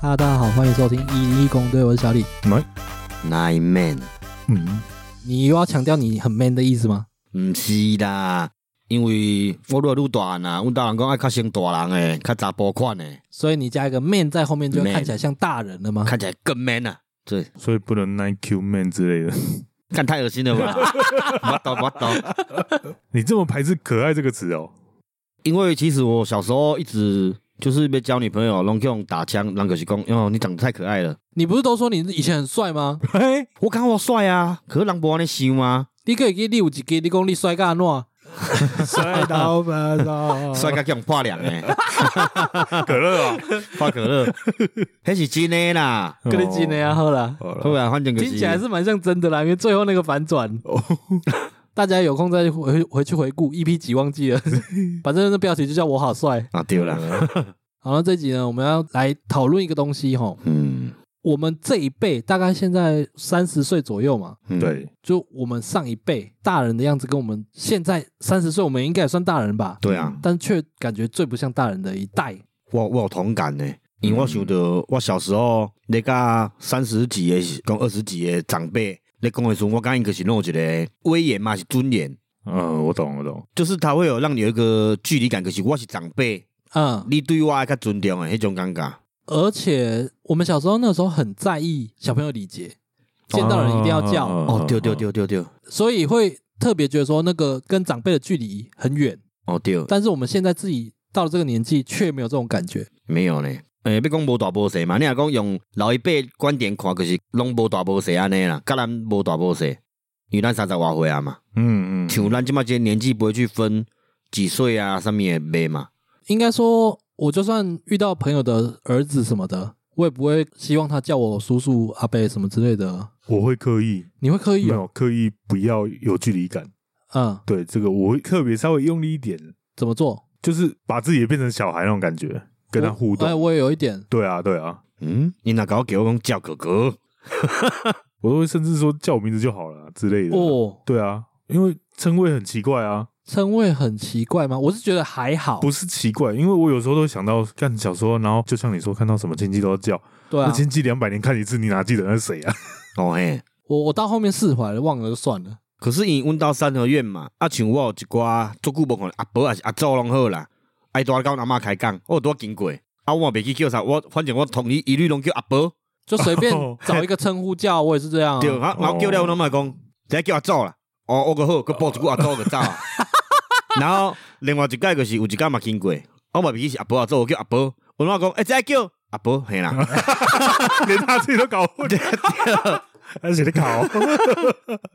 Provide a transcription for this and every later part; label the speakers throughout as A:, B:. A: 哈，大家好，欢迎收听一零一公队，我是小李。
B: Nine Man，
C: 嗯，
A: 你又要强调你很 man 的意思吗？
B: 毋是啦，因为我愈来愈大汉啦，阮大人讲爱较像大人诶，较查甫款诶，
A: 所以你加一个 man 在后面，就
B: Man
A: 看起来像大人了吗？
B: 看起来更 man 啊。对，
C: 所以不能 nine Q man 之类的。
B: 看太恶心了吧？我懂我懂。
C: 你这么排斥“可爱”这个词哦？
B: 因为其实我小时候一直就是被交女朋友，拢用打枪，人可是讲，哦，你长得太可爱了。
A: 你不是都说你以前很帅吗？
C: 嘿，
B: 我讲我帅啊，可是人无安尼想啊，
A: 你可以给你有一个，你讲你帅干 诺，
C: 摔倒吧，
A: 啊
C: 倒
B: 帅甲叫人破凉诶，
C: 可乐啊！
B: 破可乐，迄是真诶啦。
A: 跟你今年
B: 哦
A: 要喝了，
C: 哦好
B: 好啊
C: 了，
B: 啦，反正就是
A: 听起来是蛮像真的啦，因为最后那个反转，
B: 哦
A: 大家有空再回回去回顾 EP 几忘 记了，反正那标题就叫我好帅。
B: 啊，对啦，
A: 好了，这集呢，我们要来讨论一个东西吼，
B: 嗯，
A: 我们这一辈大概现在三十岁左右嘛，
B: 嗯，
C: 对，
A: 就我们上一辈大人的样子，跟我们现在三十岁，我们应该也算大人吧，
B: 对啊，
A: 但却感觉最不像大人的一代。
B: 我我有同感呢，因为我想到我小时候，你甲三十几的时，讲二十几的长辈，你讲的时候，我感觉就是弄一个威严嘛，是尊严，
C: 嗯，我懂，我懂。
B: 就是他会有让你有一个距离感，可是我是长辈，
A: 嗯，
B: 你对我还较尊重的迄种感觉。
A: 而且我们小时候那时候很在意小朋友礼节，见到人一定要叫，
C: 啊
B: 哦，对对，对对对，
A: 所以会特别觉得说那个跟长辈的距离很远。
B: 哦对，
A: 但是我们现在自己到了这个年纪，却没有这种感觉。
B: 没有呢。诶，要讲无大无小嘛，你若讲用老一辈观点看，就是拢无大无小安尼啦，甲咱无大无小，因为咱三十外岁啊嘛，
C: 嗯嗯，
B: 像咱即马这个年纪不会去分几岁啊，啥物的袂嘛。
A: 应该说，我就算遇到朋友的儿子什么的，我也不会希望他叫我叔叔、阿伯什么之类的。
C: 我会刻意，
A: 你会刻
C: 没
A: 意哦？
C: 有刻意不要有距离感。
A: 嗯，
C: 对，这个我会特别稍微用力一点，
A: 怎么做？
C: 就是把自己也变成小孩那种感觉，跟他互
A: 哎，
C: 动。
A: 我也有一点，
C: 对啊，对啊，
B: 嗯，你若甲我叫我讲叫哥哥，
C: 我都会甚至说叫我名字就好了之类的。
A: 哦，
C: 对啊，因为称谓很奇怪啊。
A: 称谓很奇怪吗？我是觉得还好，
C: 不是奇怪，因为我有时候都想到干小时候，然后就像你说，看到什么亲戚都要叫，
A: 对
C: 那
A: 啊，
C: 亲戚两百年看一次，你哪记得那是 谁啊？
B: 哦嘿。
A: 我我到后面释怀了，忘了就算了。
B: 可是因阮兜三合院嘛，啊像我有一寡足久无看阿伯也是阿祖拢好啦，爱带我甲阮阿嬷开讲，我有拄仔经过，啊我嘛袂记叫啥，我反正我统一一律拢叫阿伯，
A: 就随便
C: 哦
A: 找一个称呼叫，我也是这样、
B: 对，
A: 啊。
B: 啊然后叫了阮阿嬷讲，直接叫阿祖啦，哦我个好，佮报一句阿祖就 走啊。然后另外一届就是有一届嘛经过，我嘛袂记是阿伯阿祖，我叫阿伯，阮阿嬷讲，哎、欸，直接叫阿伯，嘿啦。
C: 连他自己都搞混， 而且你搞，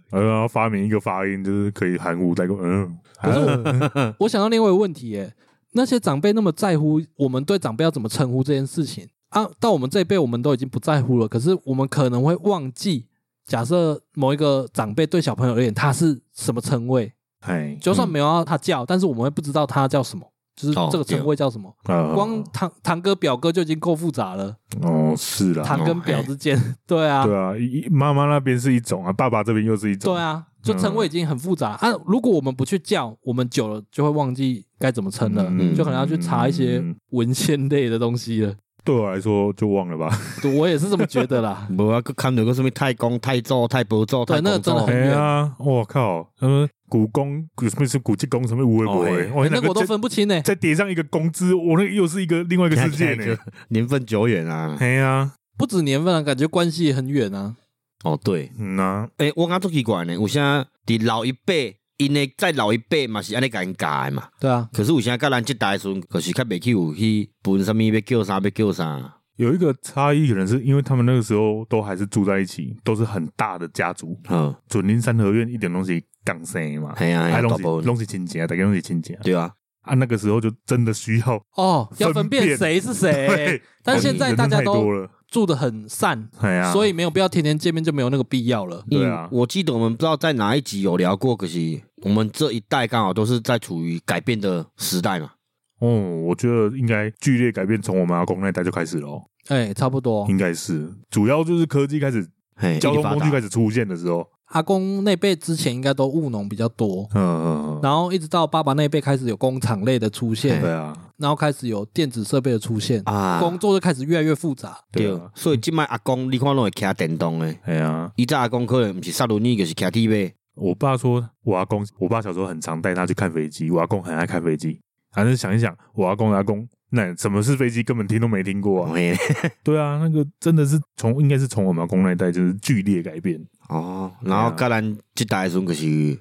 C: 然后发明一个发音，就是可以含糊带过，嗯，
A: 可是我我想到另外一个问题、耶，那些长辈那么在乎我们对长辈要怎么称呼这件事情啊，到我们这一辈我们都已经不在乎了，可是我们可能会忘记。假设某一个长辈对小朋友而言，他是什么称谓？
C: 哎，
A: 就算没有要他叫，但是我们会不知道他叫什么，就是
B: 哦。
A: 这个称谓叫什么。
C: 啊
A: 光堂堂哥表哥就已经够复杂了，
C: 哦是啦，
A: 堂跟表之间， 对啊，
C: 对啊，一一妈妈那边是一种啊，爸爸这边又是一种，
A: 对，啊，就称谓已经很复杂啊。如果我们不去叫，我们久了就会忘记该怎么称了，
C: 嗯
A: 就可能要去查一些
C: 嗯
A: 文献类的东西了。
C: 对我来说就忘了吧，
A: 对我也是这么觉得啦
B: 无啊，佮看到个什物太公、太祖、太伯祖、
A: 对
B: 太
A: 那个
B: 公
A: 真的
B: 祖
A: 很
C: 哎呀，我靠，什么古公，有什么是古迹公，什么无为不为，
B: 哦
C: 我
A: 哎那
C: 哎那
A: 个我
C: 个
A: 都
C: 再
A: 分不清呢、
C: 再叠上一个工资，我那个又是一个另外一个世 界
B: 看起来
C: 呢
B: 就，年份久远啊。
C: 哎呀，
A: 不止年份啊，感觉关系也很远啊。
B: 哦，对，
C: 嗯呐，
B: 诶、我感觉足奇怪呢，有啥伫老一辈，因诶再老一辈嘛是安尼甲因教的嘛，
A: 对啊，
B: 可是有啥甲咱即代的时阵，可是较袂去有去分啥物要叫啥要叫啥，
C: 有一个差异，可能是因为他们那个时候都还是住在一起，都是很大的家族。
B: 嗯，
C: 准林三合院一点东西港生嘛，哎
B: 系
A: 哎
B: 啊，
C: 还
B: 系
C: 拢
B: 大
C: 是
B: 部分，
C: 拢是亲戚啊，大家拢是亲戚啊。
B: 对啊，
C: 啊，那个时候就真的需要，
A: 哦，要分
C: 分
A: 辨
C: 辨
A: 谁是谁。
C: 对，
A: 但现在大家
C: 哦人太多
A: 都
C: 了，
A: 住的很散，
C: 哎呀，
A: 所以没有必要天天见面，就没有那个必要了。
C: 对啊
B: 因为我记得我们不知道在哪一集有聊过，可是我们这一代刚好都是在处于改变的时代嘛，
C: 哦，我觉得应该剧烈改变从我们阿公那一代就开始了哦，
A: 哎、差不多
C: 应该是主要就是科技开始，
B: 嘿，
C: 交通
B: 一发
C: 工
B: 达
C: 具开始出现的时候，
A: 阿公那辈之前应该都务农比较多，
C: 嗯嗯嗯，
A: 然后一直到爸爸那辈开始有工厂类的出现，
C: 对啊，
A: 然后开始有电子设备的出现，
B: 啊，
A: 工作就开始越来越复杂。
C: 对
B: 对
C: 啊，
B: 所以即摆阿公你看拢会骑电动诶，
C: 哎呀，
B: 伊早阿公可能毋是刹轮椅，就是骑铁马。
C: 我爸说，我阿公，我爸小时候很常带他去看飞机，我阿公很爱看飞机。反正想一想，我阿公的阿公，那什么是飞机，根本听都没听过啊。
B: 嘿
C: 对啊，那个真的是从应该是从我们阿公那一代就是剧烈改变，
B: 哦，然后甲咱即代的时阵就是愈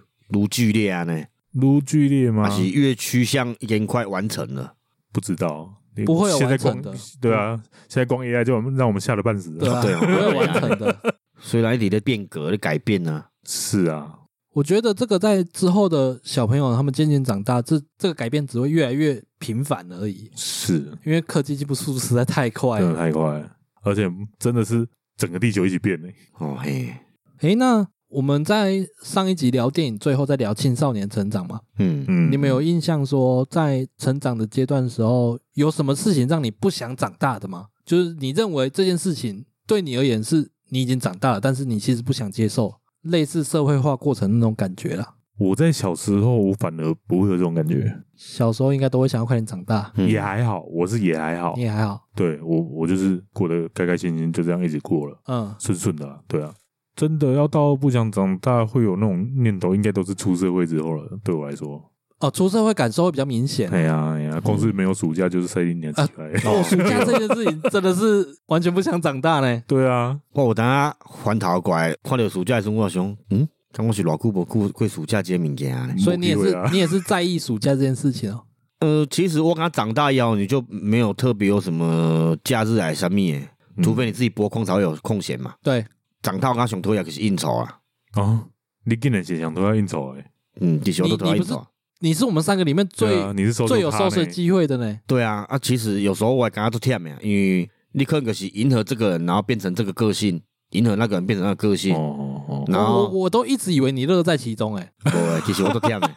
B: 剧烈啊呢，
C: 如剧烈吗
B: 嘛？是越趋向已经快完成了。
C: 不知道，
A: 不会有
C: 现在
A: 完成
C: 光
A: 的
C: 对啊，现在光 AI 就让我们吓得半死
A: 对
C: 了。
A: 啊，
B: 对啊
A: 不会完成 的。
B: 虽然一直在变革、在改变呢、
C: 是啊，
A: 我觉得这个在之后的小朋友他们渐渐长大，这这个改变只会越来越频繁而已，
C: 是，
A: 因为科技进步速度实在太快
C: 真的
A: 了。
C: 太快了，而且真的是整个地球一起变呢。
B: 哦嘿，
A: 诶，那我们在上一集聊电影，最后再聊青少年成长嘛？
B: 嗯，
C: 嗯，
A: 你们有印象说，在成长的阶段的时候，有什么事情让你不想长大的吗？就是你认为这件事情对你而言是你已经长大了，但是你其实不想接受，类似社会化过程那种感觉啦。
C: 我在小时候，我反而不会有这种感觉，
A: 小时候应该都会想要快点长大，
B: 嗯
C: 也还好，我是也还好
A: 你，也还好，
C: 对我我就是过得开开心心，就这样一直过了，
A: 嗯，
C: 顺顺的、啊，对啊。真的要到不想长大，会有那种念头，应该都是出社会之后了。对我来说，
A: 哦，出社会感受会比较明显。
C: 哎呀哎呀，光是没有暑假就是塞一
A: 啊
C: 年起来。
B: 哦
A: 过暑假这件事情真的是完全不想长大 呢。
C: 对啊，
B: 我有当下翻头过来，看到暑假的时候，我想，嗯，看我是偌久无过过暑假这个物件呢。
A: 所以你也
C: 没机
A: 是
C: 会啊
A: 你也是在意暑假这件事情哦。
B: 呃，其实我刚长大以后，你就没有特别有什么假日啊来什么的，
C: 嗯
B: 除非你自己拨空才会有空闲嘛。
A: 对，
B: 长大我刚想拖也可是应酬啊，
C: 啊，你竟然写想都要应酬哎，
B: 嗯，地球都拖应
A: 你你不
B: 酬。
A: 你是我们三个里面最、
C: 对啊，你是收
A: 最有收
C: 水
A: 拾机会的呢。
B: 对啊，啊，其实有时候我也感觉都忝的，因为你可能就是迎合这个人，然后变成这个个性，迎合那个人变成那个个性，
C: 哦哦
A: 我
B: 然
A: 我
B: 后
A: 我都一直以为你乐在其中、欸，哎、
B: 我其实我都忝的。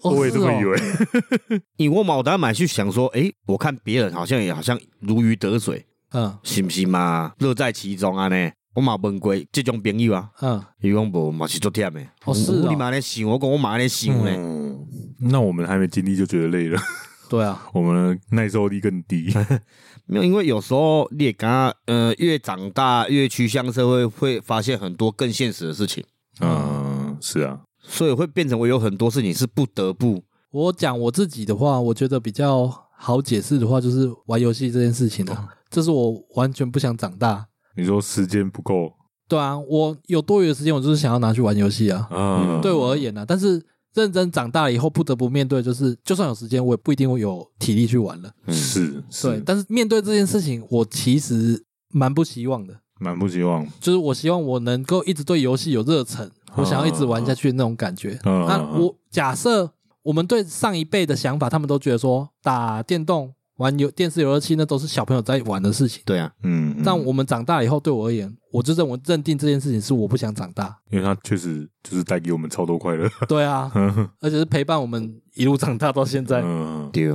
C: 哦，我也这么以为。
B: 因为我毛单买去想说，诶，我看别人好像也好像如鱼得水，
A: 嗯
B: 是不是嘛？乐在其中啊呢。我嘛问过这种朋友啊，
A: 嗯，
B: 伊讲无嘛是足忝的。
A: 哦是哦
B: 啊我你嘛咧想，我讲我嘛咧想呢。
C: 嗯，那我们还没经历就觉得累了，
A: 对啊，
C: 我们的耐受力 更低。
B: 没有，因为有时候你也感觉，呃，越长大越趋向社会，会发现很多更现实的事情，
C: 嗯，是啊，
B: 所以会变成我有很多事情是不得不。
A: 我讲我自己的话，我觉得比较好解释的话就是玩游戏这件事情
C: 嗯
A: 啊，这是我完全不想长大。
C: 你说时间不够
A: 对啊，我有多余的时间，我就是想要拿去玩游戏啊。
C: 啊，
A: 对我而言呢、啊，但是认真长大了以后，不得不面对，就是就算有时间，我也不一定会有体力去玩了。
C: 嗯是
A: 对，
C: 是
A: 但是面对这件事情，我其实蛮不希望的，
C: 蛮不希望，
A: 就是我希望我能够一直对游戏有热忱，我想要一直玩
C: 哦
A: 下去的那种感觉。
C: 嗯
A: 那
C: 嗯嗯
A: 我假设我们对上一辈的想法，他们都觉得说打电动、玩游电视游乐器那都是小朋友在玩的事情。
B: 对啊，
C: 嗯，
A: 但我们长大以后，对我而言，我就认为认定这件事情是我不想长 大。
C: 因为它确实就是带给我们超多快乐，
A: 对 啊，而且是陪伴我们一路长大到现在。
C: 嗯，
B: 对，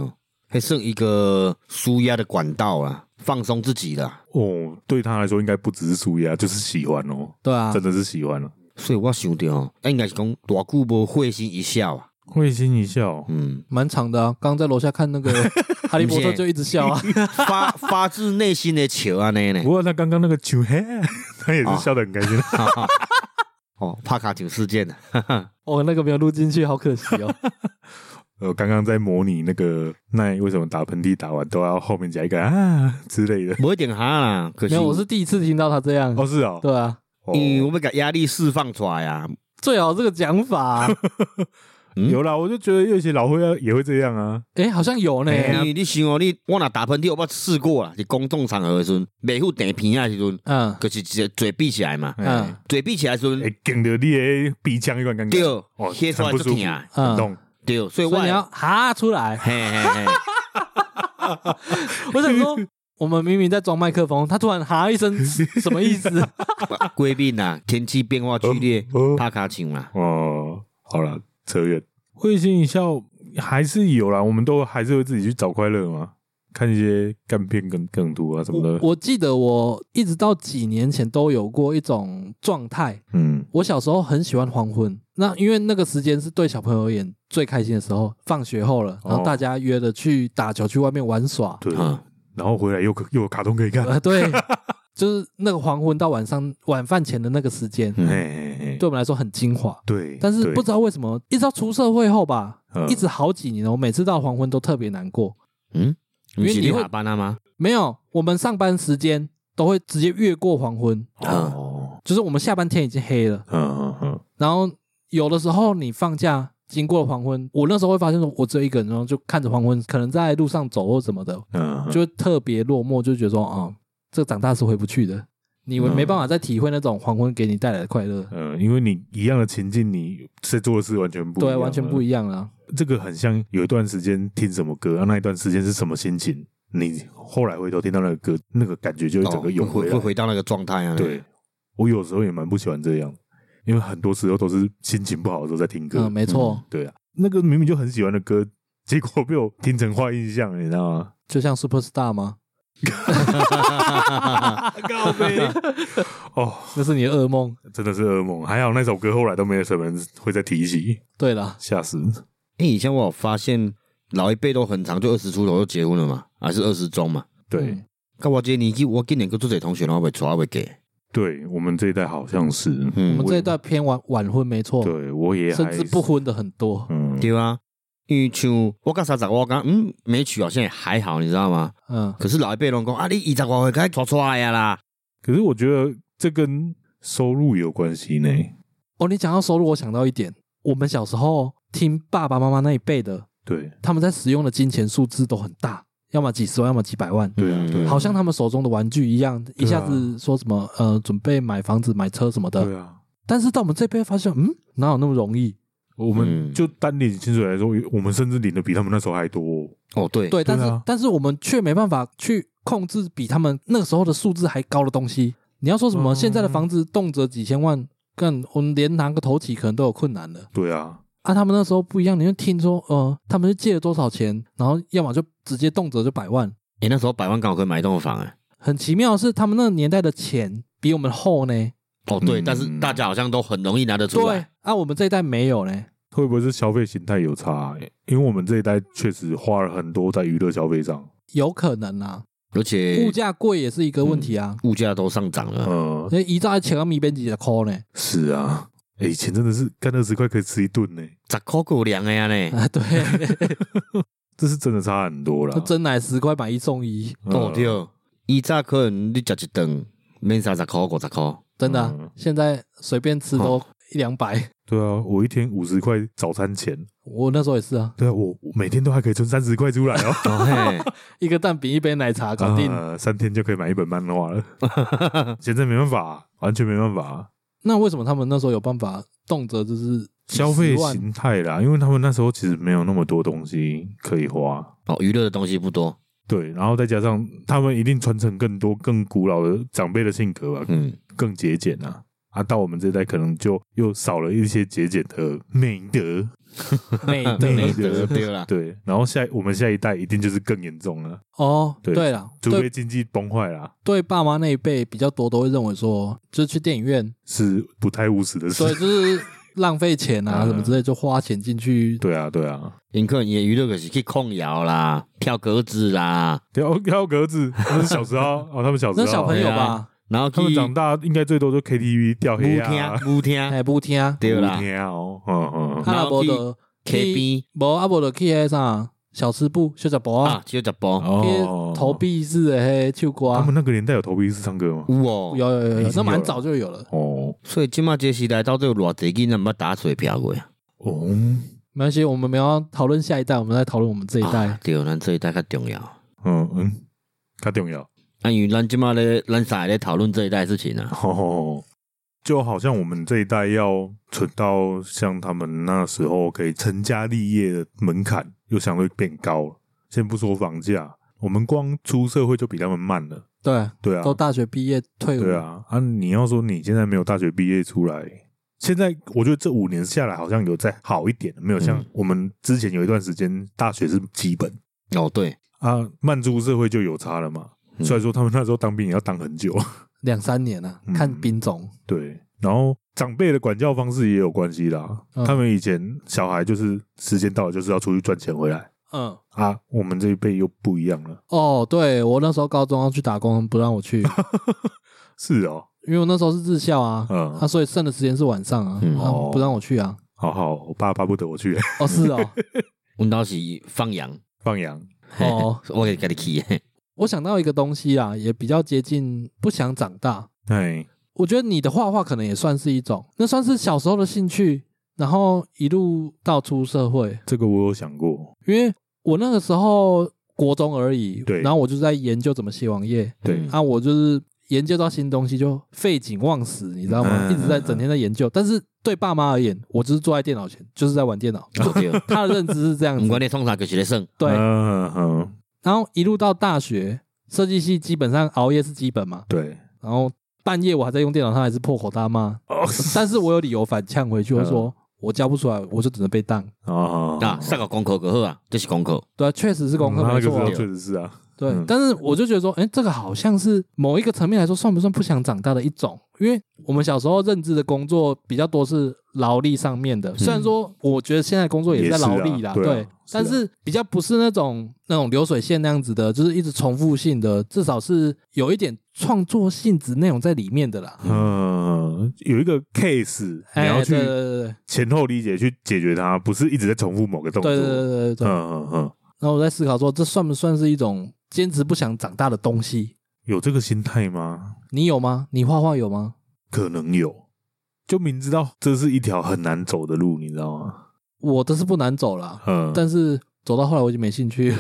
B: 还剩一个舒压的管道啊，放松自己啦。
C: 哦，对他来说应该不只是舒压，就是喜欢哦，
A: 对啊，
C: 真，的是喜欢哦了，
B: 所以我想到哦，应该是讲大久无会心一笑啊。
C: 会心一笑，
B: 嗯
A: 蛮长的啊。刚在楼下看那个 《哈利波特》就一直笑啊。
B: 发 发自内心的笑啊，那呢
C: 不。过他刚刚那个球嘿， 他也
B: 啊
C: 是笑得很开心，
B: 哦，帕卡丘事件的，
A: 哦，那个没有录进去，好可惜 哦。
C: 呃，刚刚在模拟那个那为什么打喷嚏打完都要后面加一个啊之类的。
B: 不一定哈啦，可
A: 没
B: 是
A: 有，我是第一次听到他这样。
C: 哦，是哦，
A: 对啊，
C: 哦
B: 因为我们把压力释放出来啊。
A: 最好这个讲法啊、
B: 嗯
C: 有啦，我就觉得有些老会要也会这样啊。
A: 诶，好像有呢。
B: 因
C: 哎
B: 为你想哦，你我若打喷嚏，我捌试过啦，是公众场合的时阵，袂赴地片啊时阵，
A: 嗯
B: 就是直接嘴闭起来嘛，
A: 嗯
B: 嘴闭起来的时
C: 哎
B: 阵，，
C: 顶着你的哎鼻腔一段感觉，
B: 对
C: 哦，
B: 贴出
C: 很
B: 来
C: 不
B: 就
C: 舒
B: 疼
C: 服，
B: 啊，
C: 很
A: 嗯，
C: 痛。
B: 对，所
A: 所
B: 以我
C: 啊
A: 以你要
B: 也，
A: 哈出 来。
B: 嘿嘿嘿，
A: 我想说，我们明明在装麦克风，他突然哈一 声，什么意思？
B: 闺蜜呐，天气变化剧 烈
C: 哦，
B: 帕卡丘啦，
C: 哦，好啦，扯远。会心一笑还是有啦，我们都还是会自己去找快乐嘛。看一些干片跟梗图啊什么
A: 我
C: 的。
A: 我记得我一直到几年前都有过一种状态，
C: 嗯，
A: 我小时候很喜欢黄昏，那因为那个时间是对小朋友而言最开心的时候，放学后了，然后
C: 哦
A: 大家约着去打球，去外面玩耍。
C: 对。
B: 嗯
C: 然后回来又可又有卡通可 以看。
A: 呃， 对，就是那个黄昏到晚上晚饭前的那个时间，
C: 哎
B: 嗯
C: 哎哎，
A: 对我们来说很精华。
C: 对，
A: 但是
C: 对
A: 不知道为什么，一直到出社会后吧，
C: 嗯
A: 一直好几年了，我每次到黄昏都特别难过。
B: 嗯，
A: 因为
B: 你是
A: 你
B: 你
A: 会
B: 下班了吗？
A: 没有，我们上班时间都会直接越过黄昏，
C: 哦，
A: 就是我们下班天已经黑了，
C: 嗯嗯嗯，
A: 然后有的时候你放假经过了黄昏，我那时候会发现说，我只有一个人，然后就看着黄昏，可能在路上走或什么的，
C: 嗯，
A: 就会特别落寞，就觉得说啊、这长大是回不去的，你
C: 嗯
A: 没办法再体会那种黄昏给你带来的快乐，
C: 嗯，因为你一样的情境，你在做的事完全不一
A: 对，
C: 样
A: 完全不
C: 样。
A: 一样啊。
C: 这个很像有一段时间听什么歌，啊、那一段时间是什么心情，你后来回头听到那个歌，那个感觉就会整个涌
B: 哦会
C: 回来。
B: 会回到那个状态
A: 哎
B: 啊。
C: 对，我有时候也蛮不喜欢这样，因为很多时候都是心情不好的时候在听歌。
A: 嗯，没错，
C: 对啊，那个明明就很喜欢的歌，结果被我听成坏印象，你知道吗？
A: 就像 Superstar 吗？
C: 告别哦，
A: 那是你的噩梦。
C: 真的是噩梦。还好那首歌后来都没有什么人会再提起，
A: 对啦，
C: 吓死！
B: 因为以前我有发现老一辈都很长，就二十出头就结婚了嘛，还是二十中嘛。
C: 对、
A: 嗯
B: 跟我这个年纪，我今年跟做这同学，然后被抓被给，
C: 对，我们这一代好像是，
A: 我
B: 嗯
A: 们这一段偏晚晚婚没错，
C: 对我也
A: 甚
C: 还
A: 至不婚的很多。
C: 嗯，
B: 对啊。因为像我刚三十，我刚嗯没娶好像也还好，你知道吗？
A: 嗯，
B: 可是老一辈人讲啊，你二十外岁该娶出来呀啦，
C: 可是我觉得这跟收入有关系呢。
A: 哦，你讲到收入，我想到一点，我们小时候听爸爸妈妈那一辈的，
C: 对，
A: 他们在使用的金钱数字都很大，要么几十万，要么几百万，
C: 对啊
B: 嗯
C: 对啊
A: 好像他们手中的玩具一样，一下子说什么呃，准备买房子、买车什么的。
C: 啊对啊，
A: 但是到我们这边发现，嗯，哪有那么容易？
C: 我们
B: 嗯
C: 就单领薪水来说，我们甚至领的比他们那时候还多。
B: 哦对，
A: 对，但
C: 对
A: 是、
C: 啊
A: 但是我们却没办法去控制比他们那个时候的数字还高的东西。你要说什么？
C: 嗯
A: 现在的房子动辄几千万，更我们连拿个头起可能都有困难了。
C: 对啊，
A: 啊，他们那时候不一样，你就听说，呃，他们是借了多少钱，然后要么就直接动辄就百万。
B: 你那时候百万刚好可以买一栋房哎、
A: 很奇妙的是，他们那个年代的钱比我们厚呢。
B: 哦对，
C: 嗯
B: 但是大家好像都很容易拿得出
A: 对
B: 来，，
A: 啊，我们这一代没有呢。
C: 会不会是消费形态有差、欸？因为我们这一代确实花了很多在娱乐消费上。
A: 有可能啊，
B: 而且
A: 物价贵也是一个问题啊。
B: 物价都上涨了，
C: 呃，
A: 那一兆钱个米边几的抠呢？
C: 是啊，欸以前真的是干二十块可以吃一顿呢、
B: 十块够凉的呀 呢。
A: 啊，对，
C: 这是真的差很多啦。
A: 真奶十块买一送一，
C: 呃
B: 哦对，以前可能你食一顿免三十块五十块，
A: 真的啊、
C: 嗯
A: 现在随便吃都一两百。
C: 对啊，我一天五十块早餐钱，
A: 我那时候也是啊，
C: 对啊，我我每天都还可以存三十块出来哦。
B: 哦嘿，
A: 一个蛋饼一杯奶茶搞定。
C: 呃，三天就可以买一本漫画了。现在没办法，啊完全没办法，啊
A: 那为什么他们那时候有办法动辄就是几十
C: 消费
A: 万
C: 形态啦，因为他们那时候其实没有那么多东西可以花。
B: 哦娱乐的东西不多，
C: 对，然后再加上他们一定传承更多、更古老的长辈的性格吧，
B: 嗯，
C: 更节俭啊。啊，到我们这代可能就又少了一些节俭的美德，
A: 美
C: 美
A: 的
C: 的
B: 得对啦，
C: 对。然后下我们下一代一定就是更严重了，
A: 哦。
C: 对
A: 对了，
C: 除非
A: 对
C: 经济崩坏啦，
A: 对，爸妈那一辈比较多都会认为说，就是去电影 院，
C: 是不太务实的事
A: 所以。就是浪费钱啊
C: 嗯
A: 什么之类，就花钱进去。
C: 对啊，对啊，
B: 因可能也娱乐就是去控摇啦、跳格子啦，
C: 挑挑格子，那是小时候哦，他们小时
A: 那
C: 候
A: 小朋友
B: 对啊
A: 吧，
B: 然后
C: 他们
B: 去
C: 长大应该最多就 KTV 掉黑啊，
B: 舞厅、舞厅，
A: 哎，不听啊。
B: 对
C: 舞
B: 啦
C: 厅哦，嗯嗯
A: 啊，
B: 然
A: 无
B: 后去
A: 就
B: ，K B
A: 无啊，无就去迄啥小吃部小食部
B: 啊
A: 啊，，
B: 只有十波，
C: 哦
A: 去，投币式的迄唱歌
C: 他
A: 啊
C: 们，那个年代有投币式唱歌吗？
B: 有
A: 有
B: 哦，
A: 有有
C: 已
A: 有
C: 经，
A: 那
C: 有啊
A: 蛮
C: 了
A: 早就有了。
C: 哦
B: 所以今嘛这时代到底有偌济囡仔捌打水漂过啊？
C: 哦，
A: 没关系，我们没有要讨论下一代，我们在讨论我们这一代
B: 啊。对，咱这一代较重要。
C: 嗯嗯，较重要
B: 啊，因为咱今嘛咧，咱三个咧讨论这一代事情啊。
C: 哦。就好像我们这一代要存到像他们那时候可以成家立业的门槛，又相对变高了。先不说房价，我们光出社会就比他们慢了。
A: 对，
C: 对啊，
A: 都大学毕业退伍，
C: 对啊，啊，你要说你现在没有大学毕业出来，现在我觉得这五年下来好像有在好一点，没有像
B: 嗯
C: 我们之前有一段时间大学是基本
B: 哦，对，
C: 啊，慢出社会就有差了嘛。
B: 嗯
C: 虽然说他们那时候当兵也要当很久，
A: 两三年啊，
C: 嗯
A: 看兵种，
C: 对。然后长辈的管教方式也有关系啦。
A: 嗯
C: 他们以前小孩就是时间到了就是要出去赚钱回来
A: 嗯，
C: 啊，我们这一辈又不一样了。
A: 哦，对我那时候高中要去打工，不让我 去，
C: 是哦，
A: 因为我那时候是日校啊，
C: 嗯
A: 啊，所以剩的时间是晚上啊，
B: 嗯
A: 啊
C: 哦
A: 不让我去啊，
C: 好好，我爸巴不得我去
A: 哦，是哦，
B: 阮兜是放羊，
C: 放羊。
A: 哦，
B: 我给家己去 的。
A: 我想到一个东西啊，也比较接近不想长大。
C: 哎，
A: 我觉得你的画画可能也算是一种，那算是小时候的兴趣，然后一路到出社会。
C: 这个我有想过。
A: 因为我那个时候国中而已，
C: 对嗯
A: 然后我就在研究怎么写网页，
C: 对
A: 啊，我就是研究到新东西就废寝忘食，你知道吗？
C: 嗯
A: 一直在整天在研究，但是对爸妈而言，我就是坐在电脑前，就是在玩电 脑。
B: 嗯 对，
A: 他的认知是这样
B: 毋
A: 子，
B: 管你创啥，就是咧算。
A: 对。
C: 嗯哼，
A: 然后一路到大学，设计系基本上熬夜是基本嘛，
C: 对，
A: 然后半夜我还在用电脑，他还是破口大 骂，
C: 哦
A: 但是我有理由反呛回去，我
C: 嗯
A: 说我教不出来，我就只能被当。
C: 啊
B: 啊，上个功课就好啊，这是功课。
A: 对啊，确实是功课
C: 嗯那
A: 没
C: 个时
A: 错啊
C: 候，确实是啊，
A: 对
C: 嗯。
A: 但是我就觉得说，哎，这个好像是某一个层面来说，算不算不想长大的一种？因为我们小时候认知的工作比较多是劳力上面的，虽然说我觉得现在工作也在劳力啦，
C: 嗯也是啊对啊
A: 对
C: 是啊，
A: 但是比较不是那种那种流水线那样子的，就是一直重复性的，至少是有一点创作性质内容在里面的啦。
C: 嗯，有一个 case 你
A: 哎，
C: 要去
A: 对对
C: 前后理解去解决它，不是一直在重复某个动作。
A: 对对对对对对对对
C: 嗯。嗯嗯，
A: 然后我在思考说，这算不算是一种坚持不想长大的东西？
C: 有这个心态吗？
A: 你有吗？你画画有吗？
C: 可能有，就明知道这是一条很难走的路，你知道吗？
A: 我的是不难走啦，
C: 嗯，
A: 但是走到后来我已经没兴趣了，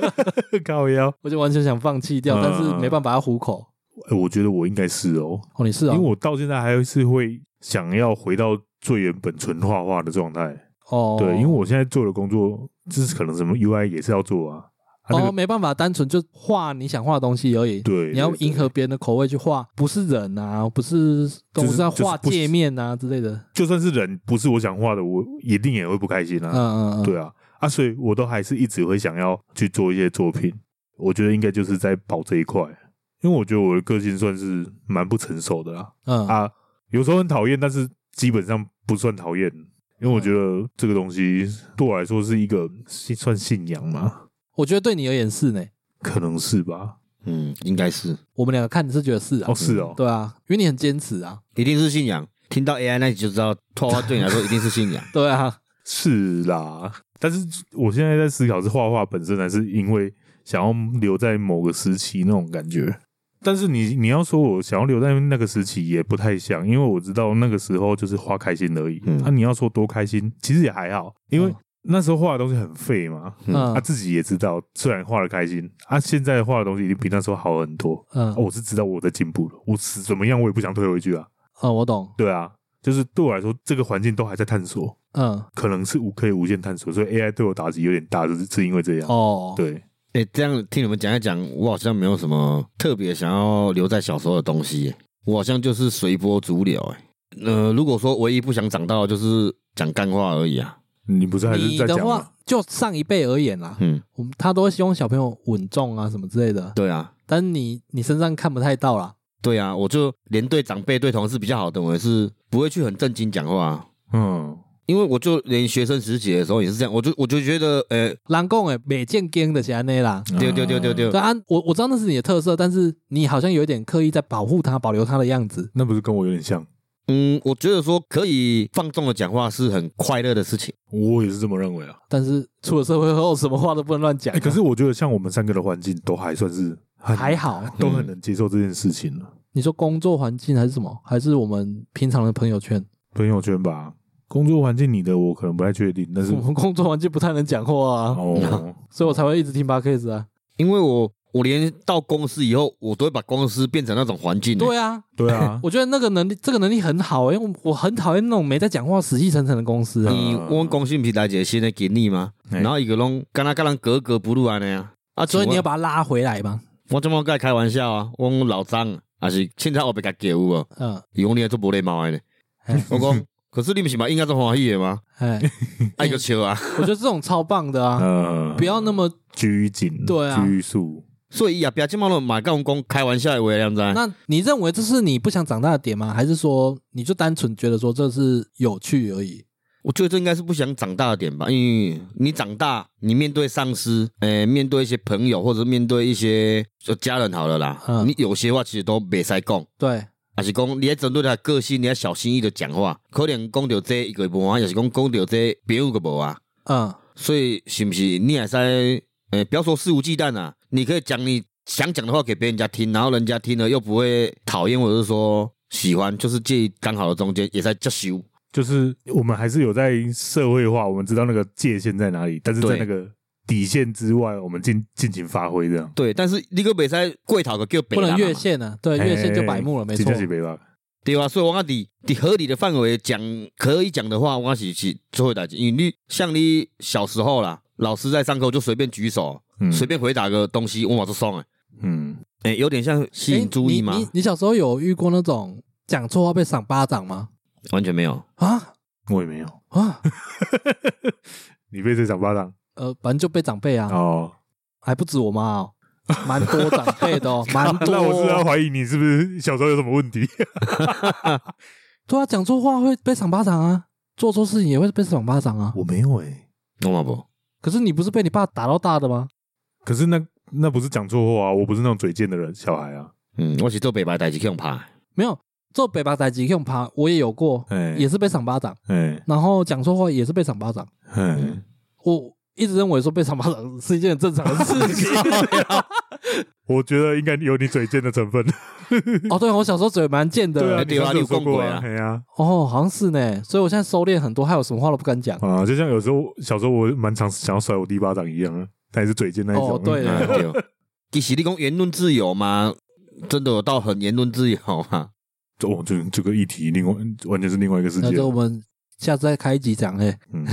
C: 高腰，
A: 我就完全想放弃掉，
C: 嗯
A: 但是没办法要糊口。
C: 哎我觉得我应该是哦，
A: 哦，你是
C: 因
A: 啊
C: 为？我到现在还是会想要回到最原本纯画画的状态。
A: 哦，
C: 对，因为我现在做的工作，就是可能什么 UI 也是要做啊，啊那
A: 哦
C: 个
A: 没办法，单纯就画你想画的东西而已。
C: 对，
A: 你要
C: 对
A: 迎合，别人的口味去画，不是人啊，不是
C: 就是
A: 都是要
C: 就是
A: 画
C: 不
A: 界面啊之类的。
C: 对就算是人不是我想画的，我一定也会不开心啊。
A: 嗯嗯嗯，
C: 对啊，啊，所以我都还是一直会想要去做一些作品。我觉得应该就是在保这一块，因为我觉得我的个性算是蛮不成熟的啦。
A: 嗯
C: 啊，有时候很讨厌，但是基本上不算讨厌，因为我觉得这个东西对我来说是一个信算信仰嘛，
A: 我觉得对你而言是呢。
C: 可能是吧。
B: 嗯，应该是，
A: 我们两个看你是觉得是啊
C: 哦，，是哦，
A: 对啊，因为你很坚持啊，。
B: 一定是信仰。听到 AI 那你就知道，画画对你来说一定是信仰
A: 对
C: 哦
A: 啊，
C: 是啦。但是我现在在思考，是画画本身，还是因为想要留在某个时期那种感觉？但是你你要说我想要留在那个时期，也不太像，因为我知道那个时候就是花开心而已。
B: 嗯
C: 那、啊、你要说多开心，其实也还好，因为
A: 嗯
C: 那时候画的东西很废嘛，
A: 嗯
C: 他、自己也知道，虽然画的开心，啊，现在画的东西一定比那时候好很多。
A: 嗯
C: 啊、我是知道我在进步了，我死怎么样我也不想退回去啊。
A: 嗯，我懂，
C: 对啊，就是对我来说，这个环境都还在探索，
A: 嗯
C: 可能是无可以无限探索，所以 AI 对我打击有点大，就是是因为这样。
A: 哦，
C: 对，
B: 哎、这样听你们讲一讲，我好像没有什么特别想要留在小时候的东西耶，我好像就是随波逐流。哎，呃，如果说唯一不想长大的就是讲干话而已啊。
C: 你不是还是
A: 你
C: 在
A: 的
C: 讲吗？
A: 话就上一辈而言啦，
B: 嗯，
A: 我们他都会希望小朋友稳重啊什么之类的，
B: 对啊，
A: 但是你你身上看不太到啦。
B: 对啊，我就连对长辈、对同事比较好的，我也是不会去很正经讲话、啊。
C: 嗯，
B: 因为我就连学生时期的时候也是这样，我就我就觉得，呃、
A: 人讲诶，欸每件跟的是安内啦。
B: 对对对对对，
A: 对啊，我我知道那是你的特色，但是你好像有一点刻意在保护他、保留他的样子。
C: 那不是跟我有点像？
B: 嗯，我觉得说可以放纵的讲话是很快乐的事情。
C: 我也是这么认为啊。
A: 但是出了社会后，什么话都不能乱讲啊、
C: 哎、可是我觉得像我们三个的环境都还算是很
A: 还好，
C: 都很能接受这件事情啊了。
A: 你说工作环境还是什么，还是我们平常的朋友圈？
C: 朋友圈吧，工作环境你的我可能不太确定，但是
A: 我们工作环境不太能讲话啊，
C: 哦，
A: 所以我才会一直听 p o d c a s 啊。
B: 因为我我连到公司以后，我都会把公司变成那种环
C: 嗯
B: 境、
A: 对啊，
C: 对 啊，
A: 我觉得那个能力，这个能力很好、欸因为我我很讨厌那种没在讲话、死气沉沉的公司、啊。
C: 嗯
B: 你问公司不是来一个新的经理吗？
C: 嘿
B: 然后一个拢跟他跟人格格不入安尼啊。啊，
A: 哎所以你要
B: 把
A: 把他拉回来嘛。
B: 我怎么跟他开玩笑啊？我讲老张啊，还是凊彩我被他叫有无？
A: 嗯，
B: 伊讲你做无礼貌的呢。
A: 嘿
B: 我讲可是你们是嘛应该做欢喜的吗？
A: 哎，
B: 爱个笑啊！
A: 我觉得这种超棒的啊，
C: 呃，
A: 不要那么
C: 拘谨，
A: 对啊
C: 拘束，
B: 所以伊也别即马都买甲阮讲开玩笑的话，你知道吗？
A: 那你认为这是你不想长大的点吗？还是说你就单纯觉得说这是有趣而已？
B: 我觉得这应该是不想长大的点吧，因为你长大，你面对上司，诶、面对一些朋友，或者面对一些就家人好了啦，
A: 嗯
B: 你有些话其实都袂使讲。
A: 对，
B: 也是讲，你要针对他的个性，你要小心翼翼的讲话。可能讲到这一个无啊，也是讲讲到这别有个无啊。
A: 嗯，
B: 所以是不是你也是呃，不要说肆无忌惮啊，你可以讲你想讲的话给别人家听，然后人家听了又不会讨厌或者是说喜欢，就是介于刚好的中间，也在接受。
C: 就是我们还是有在社会化，我们知道那个界限在哪里，但是在
B: 对
C: 那个底线之外，我们尽尽情发挥这样。
B: 对，但是你个袂使过头个叫别
A: 不
B: 人
A: 能
B: 嘛
A: 越线呢、啊，对，越线就白目了，没错
C: 哎这。是没办法。
B: 对啊，所以我讲伫伫合理的范围讲可以讲的话，我是是做会代志。因为你像你小时候啦，老师在上课就随便举手，
C: 嗯
B: 随、便回答个东西，我马就送诶。
C: 嗯，
B: 哎、啊有点像吸
A: 诶
B: 引注意吗
A: 你？你你小时候有遇过那种讲错话被赏巴掌吗？
B: 完全没有。
A: 啊
C: 我也没有。
A: 啊，
C: 你被谁掌巴掌？
A: 呃，反正就被长辈啊，
C: 哦，
A: 还不止我妈哦，蛮多长辈的哦，蛮多
C: 那我是要
A: 哦。
C: 怀疑你是不是小时候有什么问题？
A: 对啊，讲错话会被赏巴掌啊，做错事情也会被赏巴掌啊。
C: 我没有哎，
B: 懂吗不？
A: 可是你不是被你爸打到大的吗？
C: 可是那那不是讲错话啊，我不是那种嘴贱的人，小孩啊。
B: 嗯，我是做北白代志去用拍的。
A: 没有，做北巴仔吉用爬我也有过，
C: 哎
A: 也是被赏巴掌，
C: 哎
A: 然后讲错话也是被赏巴掌。
C: 哎，
A: 我一直认为说被赏巴掌是一件很正常的 事情。
C: 我觉得应该有你嘴贱的成分。
A: 哦，对，我小时候嘴蛮贱
C: 对啊，
A: 的，
B: 对啊
C: 上次有说过
B: 你有讲过啊
C: 哎呀，
A: 哦，好像是呢，所以我现在收敛很多，还有什么话都不敢讲。
C: 啊，就像有时候小时候我蛮常想要甩我弟巴掌一样啊，但也是嘴贱那一种。
A: 哦 对
B: 嗯 对。其实你讲言论自由嘛，真的有到很言论自由 嘛？
C: 哦，这这个议题另外完全是另外一个世
A: 那
C: 界
A: 就。我们下次再开一集讲，哎，
C: 嗯，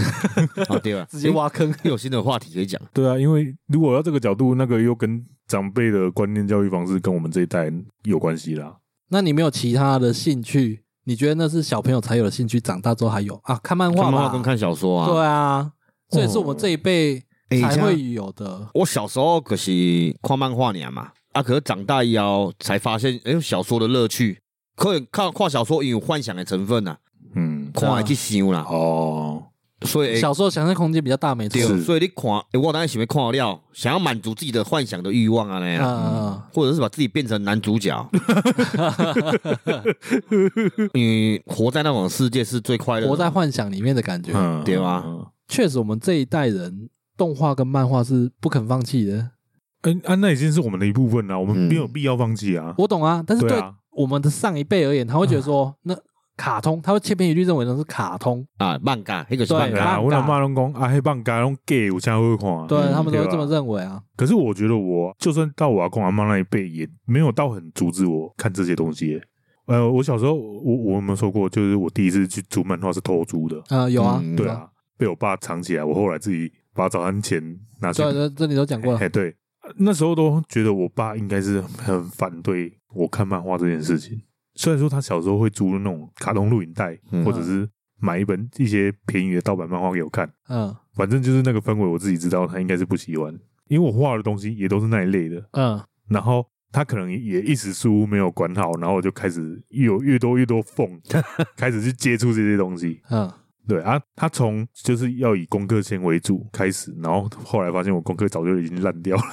B: 啊，对吧？
A: 直接挖坑。
B: 诶。有新的话题可以讲，
C: 对啊，因为如果要这个角度，那个又跟长辈的观念教育方式跟我们这一代有关系啦。
A: 那你没有其他的兴趣？你觉得那是小朋友才有的兴趣，长大之后还有啊？看漫
B: 看
A: 画
B: 漫画
A: 吧
B: 跟，看小说啊。
A: 对啊，这也是我们这一辈
B: 诶
A: 才
B: 这样
A: 会有的。
B: 我小时候可是看漫画尔嘛，啊，可是长大以后才发现，哎、小说的乐趣，可能看看小说也有幻想的成分呐、
C: 嗯
B: 啊，，看会去想啦，
C: 哦，
B: 所以。
A: 啊小时候想象空间比较大，没错。
B: 对，
C: 是
B: 所以你看，诶我当然喜欢看了，想要满足自己的幻想的欲望啊那样，
A: 啊，
B: 或者是把自己变成男主 角。你活在那种世界是最快乐的，
A: 活在幻想里面的感觉。
C: 嗯
B: 对吧
C: 嗯
A: 确实，我们这一代人动画跟漫画是不肯放弃的。
C: 哎、啊，那已经是我们的一部分了，我们
B: 嗯
C: 没有必要放弃啊。
A: 我懂啊，但是
C: 对
A: 对
C: 啊，嗯
A: 我们的上一辈而言，他会觉得说，那卡通，他会千篇一律认为那是卡通，
B: 啊，漫嘎，那个是
A: 对
B: 漫
A: 对
B: 嘎，
A: 啊
C: 啊，我老妈拢讲啊，黑棒嘎拢 gay，我现在会看啊。
A: 对
B: 嗯
A: 他们都会
C: 对啊
A: 这么认为啊。
C: 可是我觉得我就算到我阿公阿妈那一辈，也没有到很阻止我看这些东西耶。呃，我小时候，我我有没有说过，就是我第一次去租漫画是偷租的，
A: 啊，有啊，
B: 嗯
C: 对啊，被我爸藏起来，我后来自己把早餐钱拿去
A: 对，啊对，这里都讲过了
C: 哎，。对，那时候都觉得我爸应该是很反对我看漫画这件事情。虽然说他小时候会租那种卡通录影带，
B: 嗯
C: 或者是买一本一些便宜的盗版漫画给我看，
A: 嗯
C: 反正就是那个氛围，我自己知道他应该是不喜欢，因为我画的东西也都是那一类的。
A: 嗯，
C: 然后他可能也一时疏忽没有管好，然后我就开始有越多越多缝，开始去接触这些东西。
A: 嗯，
C: 对啊，他从就是要以功课先为主开始，然后后来发现我功课早就已经烂掉了，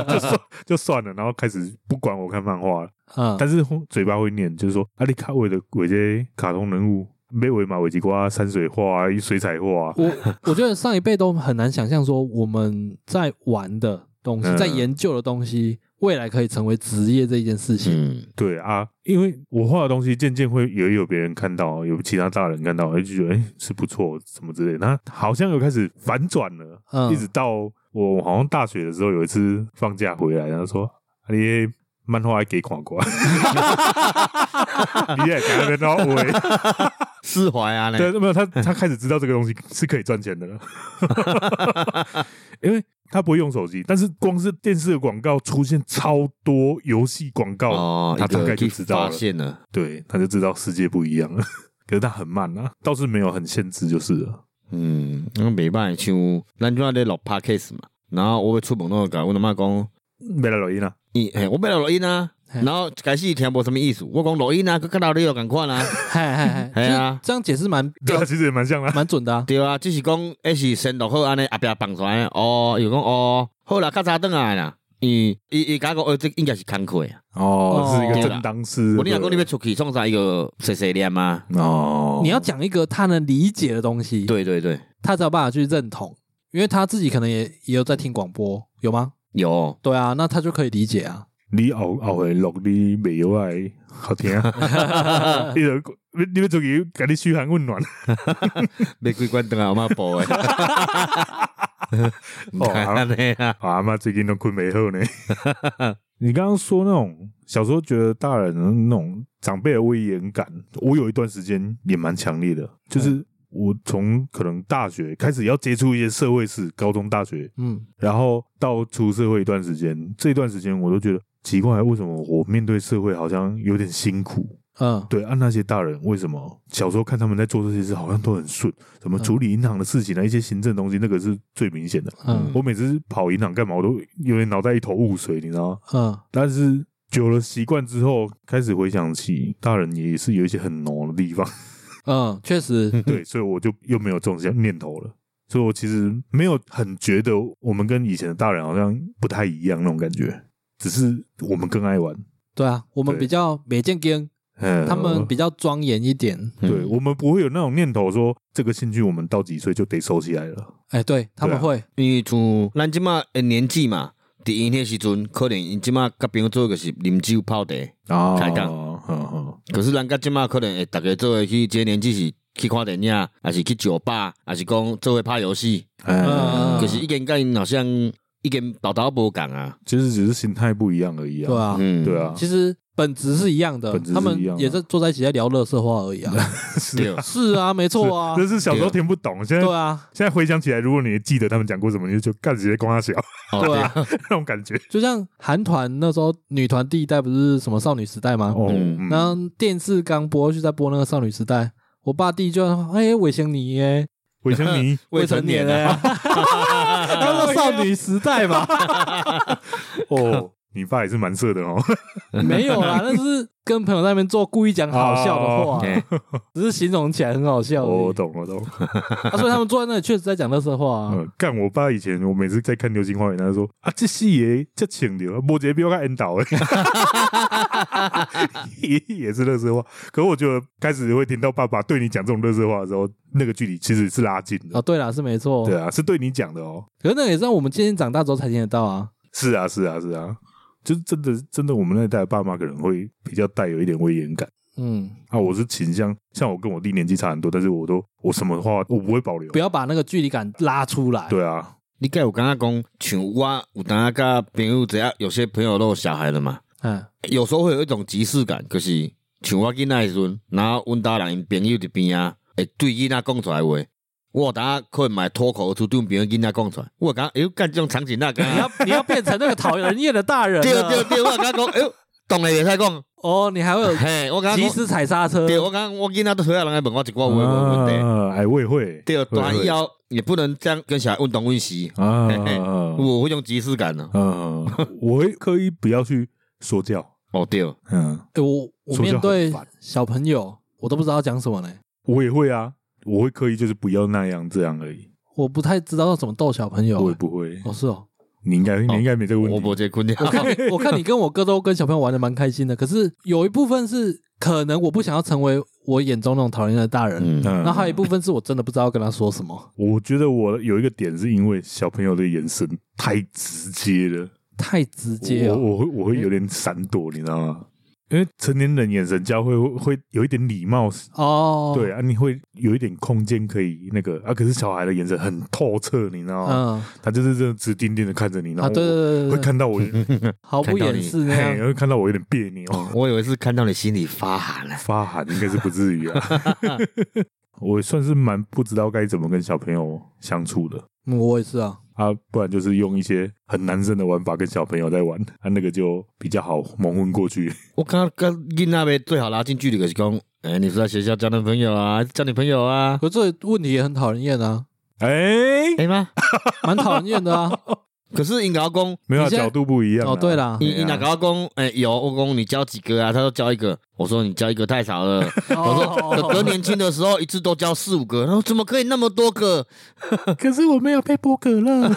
C: 就算就算了，然后开始不管我看漫画了，
A: 嗯，
C: 但是嘴巴会念，就是说啊，你看我的我这卡通人物。没尾马尾吉瓜、山水画、啊水彩画，
A: 我我觉得上一辈都很难想象说我们在玩的东西，
C: 嗯
A: 在研究的东西，未来可以成为职业这件事情。
B: 嗯，
C: 对啊，因为我画的东西渐渐会也有别人看到，有其他大人看到，就觉得哎、诶是不错什么之类的。那好像有开始反转了，
A: 嗯
C: 一直到我好像大学的时候有一次放假回来，然后说、啊、你的漫画还给看过，啊 你也看得到我。
B: 释怀啊，那
C: 对，没有他，他开始知道这个东西是可以赚钱的了， 因为他不会用手机，但是光是电视的广告出现超多游戏广告，
B: 哦，
C: 他
B: 一个
C: 大概就
B: 去
C: 知道
B: 发
C: 了。
B: 现了，
C: 对，他就知道世界不一样了。 可是它很慢啊，倒是没有很限制就是了。
B: 嗯，那袂歹，像咱即下咧录 podcast 嘛，然后我要出门拢会甲阮阿嬷讲，
C: 没来录音啊，
B: 伊嘿，我要来录音啊，
A: 嘿
B: 然后一开始听无什么意思，我讲录音啊，佮佮老李有共款啊，
A: 嘿嘿嘿，
B: 嘿啊
A: 就是这样解释蛮
C: 对啊，其实也蛮像啦。
A: 蛮准的啊。
B: 对啊，只是讲迄是先录好安尼，后壁放出来，哦，伊就讲哦，好啦，较早转来啦。伊伊伊甲我讲，哦，这应该是工课啊。
C: 哦，是一
B: 对
C: 个
B: 啦
C: 正当师。
B: 我你若讲你要出去创啥伊个碎碎念啊？
C: 哦，
A: 你要讲一个他能理解的东西，
B: 对对对，
A: 他才有办法去认同，因为他自己可能也也有在听广播，有吗？
B: 有。
A: 对啊，那他就可以理解啊。
C: 你后后回录你袂有爱好听啊， 你就你你要自己给你嘘寒问暖。
B: 要几关灯啊，我妈报 诶。
C: 哦好
B: 安尼啊，
C: 啊阿妈最近都困没好呢。 你刚刚说那种小时候觉得大人的那种长辈的威严感，我有一段时间也蛮强烈的，就是我从可能大学开始要接触一些社会事，高中、大学，
A: 嗯，
C: 然后到出社会一段时间，这段时间我都觉得奇怪，为什么我面对社会好像有点辛苦？
A: 嗯，
C: 对，按、那些大人为什么小时候看他们在做这些事，好像都很顺，怎么
A: 嗯
C: 处理银行的事情啊，一些行政东西，那个是最明显的。
A: 嗯
C: 我每次跑银行干嘛，我都有点脑袋一头雾水，你知道吗？
A: 嗯，
C: 但是久了习惯之后，开始回想起大人也是有一些很孬的 地方，
A: 嗯，确实，
C: 对，所以我就又没有这种想念头了。所以我其实没有很觉得我们跟以前的大人好像不太一样那种感觉，只是我们更爱玩。
A: 对啊，我们
C: 对
A: 比较没见跟，
C: 嗯，
A: 他们比较庄严一点。
C: 对
B: 嗯
C: 我们不会有那种念头说这个兴趣我们到几岁就得收起来了。
A: 哎，对他们会，
B: 因为像咱即马诶年纪嘛，伫因迄时阵，可能因即马甲朋友做的是啉酒泡茶，
A: 哦
C: 啊
B: 开杠
C: 嗯嗯，
B: 可是咱甲即马可能会逐个做诶去，即个年纪是去看电影，还是去酒吧，还是讲做伙拍游戏，
A: 嗯
C: 哎，
B: 可是已经甲因好像已经豆豆无共啊。
C: 其实只是心态不一样而已啊。
A: 对啊，
B: 嗯
C: 对，啊，
A: 其实本质是一样的，
C: 本质
A: 他
C: 是一样
A: 们
C: 的
A: 也在坐在一起在聊乐色话而已啊。
B: 对，
A: 是啊，没错啊
C: 这，是小时候听不懂，现在
A: 对啊，
C: 现在回想起来，如果你记得他们讲过什么，你就干直接光他小
B: 哦
A: 对啊，
C: 那种感觉。
A: 就像韩团那时候女团第一代不是什么少女时代吗？
C: 哦，
B: 嗯
A: 然后电视刚播就在播那个少女时代，我爸弟就哎伟贤你耶，
C: 韦香 妮，
B: 未成年啊，
A: 哎，
C: 啊
A: 那是少女时代吧？
C: 哦，你爸也是蛮色的哦。
A: 没有 啦，那是跟朋友在那边做故意讲好笑的话，啊
C: 哦
B: 嘿
A: 只是形容起来很好笑而已。
C: 我懂，我懂。
A: 啊，所以他们坐在那里确实在讲乐色话啊。
C: 嗯，干我爸以前，我每次在看《流星花园》，他就说啊，这戏也这请流，摩羯比我看 N 导哎，也 也是乐色话。可我觉得开始会听到爸爸对你讲这种乐色话的时候，那个距离其实是拉近的
A: 哦，。对啦，是没错。
C: 嗯对啊，是对你讲的哦。
A: 可是那也是让我们渐渐长大之后才听得到啊。
C: 是啊，是啊，是啊，就是真的，真的，我们那一代的爸妈可能会比较带有一点威严感
A: 嗯，
C: 啊。我是倾向，像我跟我弟年纪差很多，但是我都我什么话我不会保留
A: 不。要把那个距离感拉出来。
C: 对啊，
B: 你该有感觉讲，像我有当下甲朋友只要有些朋友都有小孩了嘛，
A: 嗯，
B: 有时候会有一种即视感，就是像我囡仔的时阵，然后阮家人因朋友伫边啊，会对囡仔讲出来的话，我有当下可能嘛会脱口而出对阮朋友囡仔讲出来，我有感觉哎呦，干这种场景那个，
A: 你 要你要变成那个讨人厌的大人了。
B: 对对对，我有感觉讲哎呦，懂了也使讲，
A: 哦，你还 会有
B: 嘿，我感觉
A: 及
B: 讲，
A: 时踩刹车。
B: 对我感觉我囡仔都回啊来人来问哦我一寡话问问题，
C: 啊哎，我也会，
B: 对，
C: 我
B: 大
C: 也会
B: 以后也不能这样跟小孩问东问西，
C: 啊
B: 嘿嘿，我会有一种即视感呢，
C: 嗯， 我会刻意不要去说教，
B: 哦对，
C: 嗯，
A: 哎我我
C: 说就
A: 面
C: 很
A: 对
C: 烦
A: 小朋友，我都不知道讲什么呢。
C: 我也会啊，我会刻意就是不要那样这样而已，
A: 我不太知道要怎么逗小朋友、
C: 我也不会，
A: 哦，是哦，
C: 你应该你应该没这个问
B: 我
C: 题，
B: 无这困扰。
A: 我看 你，我看你跟我哥都跟小朋友玩的蛮开心的，可是有一部分是可能我不想要成为我眼中那种讨人厌的大人，
B: 嗯，
A: 然后还有一
C: 嗯，
A: 部分是我真的不知道要跟他说什么，
C: 我觉得我有一个点是因为小朋友的眼神太直接了，
A: 太直接
C: 我
A: 哦。
C: 我会我会有点闪躲，你知道吗？因为成年人眼神交汇会会有一点礼貌，
A: 哦，
C: 对，啊，你会有一点空间可以那个啊，可是小孩的眼神很透彻，你知道吗？
A: 嗯
C: 他就是这样直盯盯的看着你，然
A: 啊，
C: 后
A: 对对对
C: 哦会
A: 对对，
C: 看到我
A: 毫不掩饰那
C: 嘿，
A: 样。
C: 会看到我有点别扭，
B: 我以为是看到你心里发寒了。
C: 发寒应该是不至于啊。我算是蛮不知道该怎么跟小朋友相处的
A: 嗯，我也是啊。
C: 啊，不然就是用一些很男生的玩法跟小朋友在玩，啊，那个就比较好蒙混过去。
B: 我刚刚跟囡仔要最好拉近距离，就是讲，哎、你是在学校交男朋友啊，交女朋友啊？
A: 可这问题也很讨人厌 啊，
C: 哎，
B: 哎吗？
A: 蛮讨人厌的啊。
B: 可是你跟我讲，
C: 没有啊
A: 你现在
C: 角度不一样啊。
A: 哦，对 啦，
B: 你
C: 哎呀
B: 你哪跟我讲？哎、有我讲你交几个啊？他说交一个，我说你交一个太少了。我说哥哥
A: 哦，
B: 年轻的时候一次都交四五个，然后怎么可以那么多个？
C: 可是我没有被剥可乐，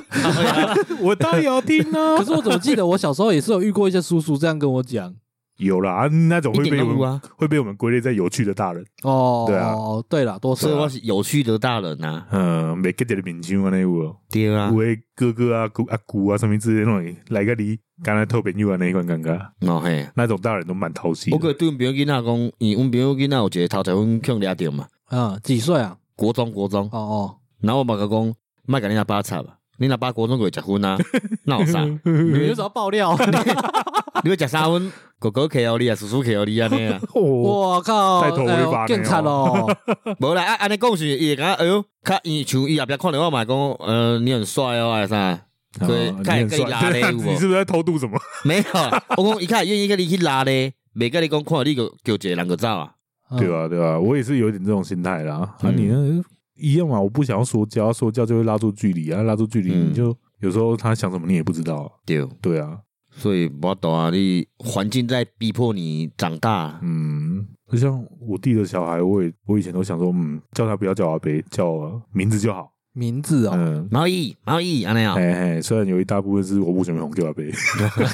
C: 我当然有听啊。
A: 可是我怎么记得我小时候也是有遇过一些叔叔这样跟我讲。
C: 有啦，啊那种
B: 一
C: 会
B: 点
C: 被
B: 都
C: 我
B: 不
C: 们
B: 啊！
C: 会被我们归类在有趣的大人。
A: 哦，
C: 对啊，
A: 对啦，多少
B: 所以我是有趣的大人啊，
C: 嗯，每个点的民众啊，那有
B: 对啊
C: 有，诶哥哥啊、姑啊、姑啊，什么之类的那种，来个你刚才偷朋友啊那一款尴尬，
B: 哦嘿。
C: 那种大人都蛮讨喜的。
B: 我可对阮朋友囡仔讲，伊阮朋友囡仔有一个头前阮捡掠着嘛，
A: 嗯，几岁啊？
B: 国中国中，
A: 哦哦，
B: 然后我嘛甲讲，莫甲恁阿爸插吧，恁阿爸国中就会食 薰啊，那有啥？
A: 你就只要爆料，
B: 你要食三分，哥哥客互你啊，叔叔客互你安 尼啊，
C: 哦，
A: 我靠，
C: 带头违法呢
A: 更惨哦。
B: 无啦，啊安尼讲是伊会感觉哎哟，较伊像伊后壁看着我嘛讲，呃，你很帅哦，还是啥？所以
C: 哦
B: 看
C: 你很
B: 可以
C: 帅
B: 拉哦嘞有无
C: 你是不是在偷渡什么？
B: 没有， 我讲伊较会愿意甲你去拉咧，袂甲你讲看到你就叫一个人就走啊。
A: 嗯
C: 对吧？对吧？我也是有点这种心态啦。啊，
B: 嗯
C: 你呢一样嘛，我不想要说教，说教就会拉住距离啊，拉住距离
B: 嗯
C: 你就有时候他想什么你也不知道啊。
B: 对，
C: 对啊，
B: 所以无懂啊，你环境在逼迫你长大。
C: 嗯，就像我弟的小孩，我也我以前都想说，嗯，叫他不要叫阿伯，叫名字就好。
A: 名字哦，
C: 嗯，
B: 毛衣，毛衣，安尼啊，
C: 嘿嘿，虽然有一大部分是我不想红叫阿伯，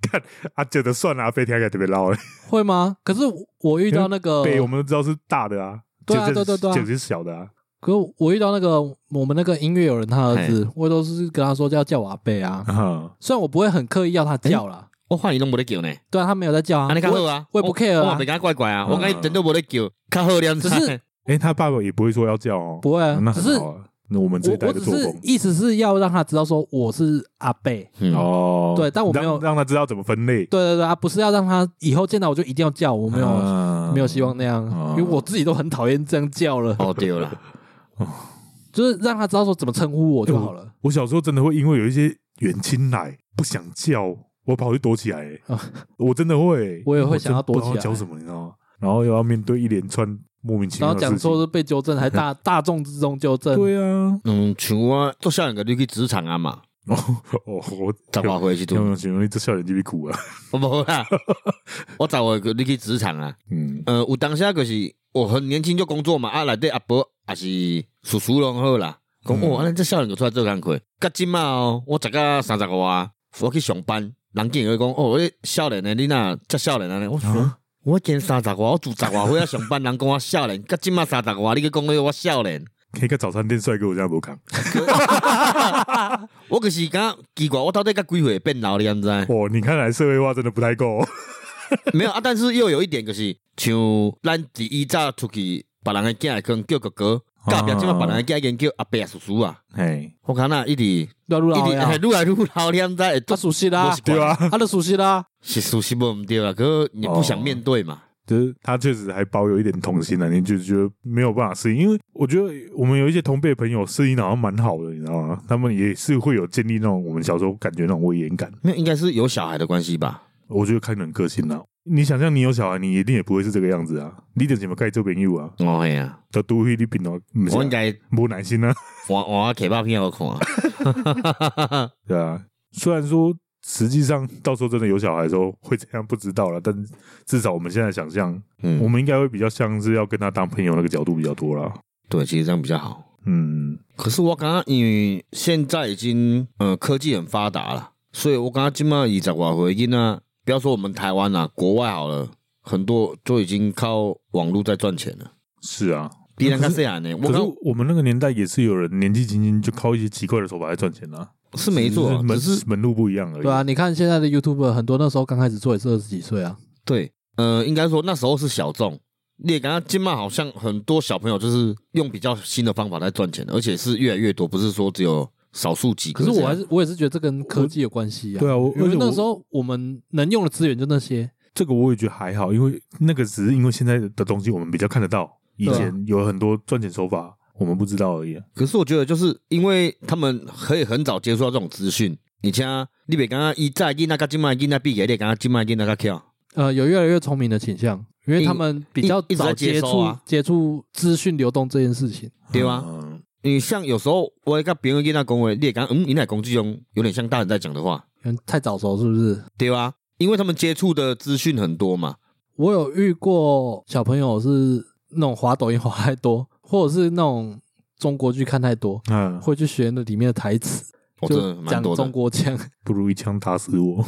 C: 看阿姐的啊算了，阿伯听起来特别老，
A: 会吗？可是我遇到那个，
C: 被我们都知道是大的啊，
A: 哦对啊
C: 姐
A: 对
C: 姐
A: 对对啊
C: 姐姐是小的啊，
A: 可是我遇到那个我们那个音乐友人他儿子，我都是跟他说要叫我阿贝啊。
C: 啊，
A: 虽然我不会很刻意要他叫啦，
B: 我发现拢无咧叫呢，
A: 对啊，他没有在叫啊
B: 安尼较好
A: 我
B: 啊，
A: 我也不 care
B: 我
A: 啊
B: 袂，敢怪怪啊，我讲伊
C: 嗯
B: 真都无咧叫，较好念。
A: 只 是
C: 哎，他爸爸也不会说要叫哦，
A: 不会啊
C: 啊，那
A: 只
C: 很
A: 是
C: 好啊，那我们这一
A: 我
C: 代
A: 我
C: 的
A: 只
C: 作
A: 是
C: 风。
A: 意思是要让他知道说我是阿贝，
B: 嗯
C: 哦，
A: 对但我没有
C: 让让他知道怎么分类，
A: 对对对啊，不是要让他以后见到我就一定要叫，我没有、
C: 啊
A: 没有希望那样，
C: 嗯
A: 因为我自己都很讨厌这样叫了，
B: 哦对啦，
A: 就是让他知道说怎么称呼我就好了。
C: 我小时候真的会因为有一些远亲来不想叫，我跑去躲起来、欸
A: 啊
C: 我真的会，
A: 我也会想要躲起来
C: 我真不知道叫什么，你知道吗？然后又要面对一连串莫名其
A: 然
C: 妙
A: 后
C: 的
A: 讲
C: 事
A: 错
C: 情。
A: 是被纠正，还 大大众之中纠正。
C: 对啊，
B: 嗯，像我做少年个你去职场啊嘛，
C: 哦哦，我
B: 十外岁时 阵
C: 有，没有形容你这笑脸就被苦啊？
B: 我 无啦，我十外岁你去职场啊，
C: 嗯，
B: 呃，有当下就是我很年轻就工作嘛，啊，内底阿伯也是叔叔拢好啦，讲
C: 嗯
B: 哦，安尼这少年就出来做工课，甲即嘛哦，我十个三十外，我去上班，人竟然讲哦，你少年的你若遮少年安尼，我想。我今三十外，我住十外岁啊，上班 人讲我少年，甲即嘛三十外，你去讲我少年，
C: 可以个早餐店帅哥，我现在无讲。
B: 我就是感觉奇怪，我到底甲几岁会变老，你敢知？
C: 哦，你看来社会化真的不太够。
B: 没有啊，但是又有一点就是，像咱第一早出去，别人的囝可能叫哥哥，
C: 啊
B: 隔壁即嘛别人的囝已经叫阿伯啊叔叔啊。
C: 哎，
B: 我看那一直一哎
A: 要录
B: 直
A: 老呀
B: 嘿，愈来愈老，你也不知
A: 他
B: 会做
A: 熟悉
B: 无
A: 啦
B: 习，惯
C: 对啊，
A: 他的熟悉啦，
B: 是事实无毋对啊，可是你不想面对嘛？
C: 就是他确实还保有一点童心啊，你就觉得没有办法适应，因为我觉得我们有一些同辈朋友适应得好像蛮好的，你知道吗？他们也是会有建立那种我们小时候感觉那种威严感。
B: 那应该是有小孩的关系吧？
C: 我觉得看人个性啊，你想象你有小孩，你一定也不会是这个样子啊，你怎么该做朋友啊？
B: 哦嘿啊，
C: 到都菲律宾哦，不是
B: 我
C: 啊
B: 应该
C: 没耐心啊，
B: 换换啊，K 八片好看。
C: 对啊。虽然说实际上到时候真的有小孩的时候会怎样不知道了，但至少我们现在想象，我
B: 嗯，
C: 们应该会比较像是要跟他当朋友那个角度比较多啦。
B: 对，其实这样比较好。
C: 嗯，
B: 可是我感觉，因为现在已经呃科技很发达了，所以我感觉今嘛以十外回囡啊，不要说我们台湾啦、国外好了，很多就已经靠网络在赚钱了。
C: 是啊，
B: 比人家这样呢，我
C: 可是
B: 看
C: 我们那个年代也是有人年纪轻轻就靠一些奇怪的手法来赚钱啊，
B: 是没错啊，
C: 门
B: 只是
C: 门路不一样而已。
A: 对啊，，你看现在的 YouTube 很多，那时候刚开始做也是二十几岁啊，
B: 对，呃，应该说那时候是小众。你也感觉今嘛好像很多小朋友就是用比较新的方法在赚钱，而且是越来越多，不是说只有少数几
A: 可
B: 个这
A: 是
B: 样。
A: 我还是我也是觉得这跟科技有关系啊，
C: 对啊，我
A: 因
C: 而
A: 为
C: 且
A: 那
C: 我
A: 时候我们能用的资源就那些，
C: 这个我也觉得还好，因为那个只是因为现在的东西我们比较看得到，以
A: 对啊
C: 前有很多赚钱手法我们不知道而已啊。
B: 可是我觉得，就是因为他们可以很早接触到这种资讯，而且你别刚刚一再囡仔跟今麦囡仔比起来，你刚刚今麦囡仔较巧，
A: 呃有越来越聪明的倾向，因为他们比较
B: 一一直在
A: 早接
B: 接
A: 触
B: 受啊
A: 接触资讯流动这件事情。
B: 对啊，
C: 嗯
B: 你像有时候我跟别人跟他讲话，你也讲嗯，你奶公这种有点像大人在讲的话，
A: 嗯，太早熟是不是？
B: 对啊，因为他们接触的资讯很多嘛，
A: 我有遇过小朋友是那种滑抖音滑太多，或者是那种中国剧看太多，
C: 嗯，
A: 会去学那里面的台词，
B: 我、哦真的
A: 就
B: 蛮
A: 讲
B: 多
A: 中
B: 的。
A: 国 腔。
C: 不如一枪打 死我，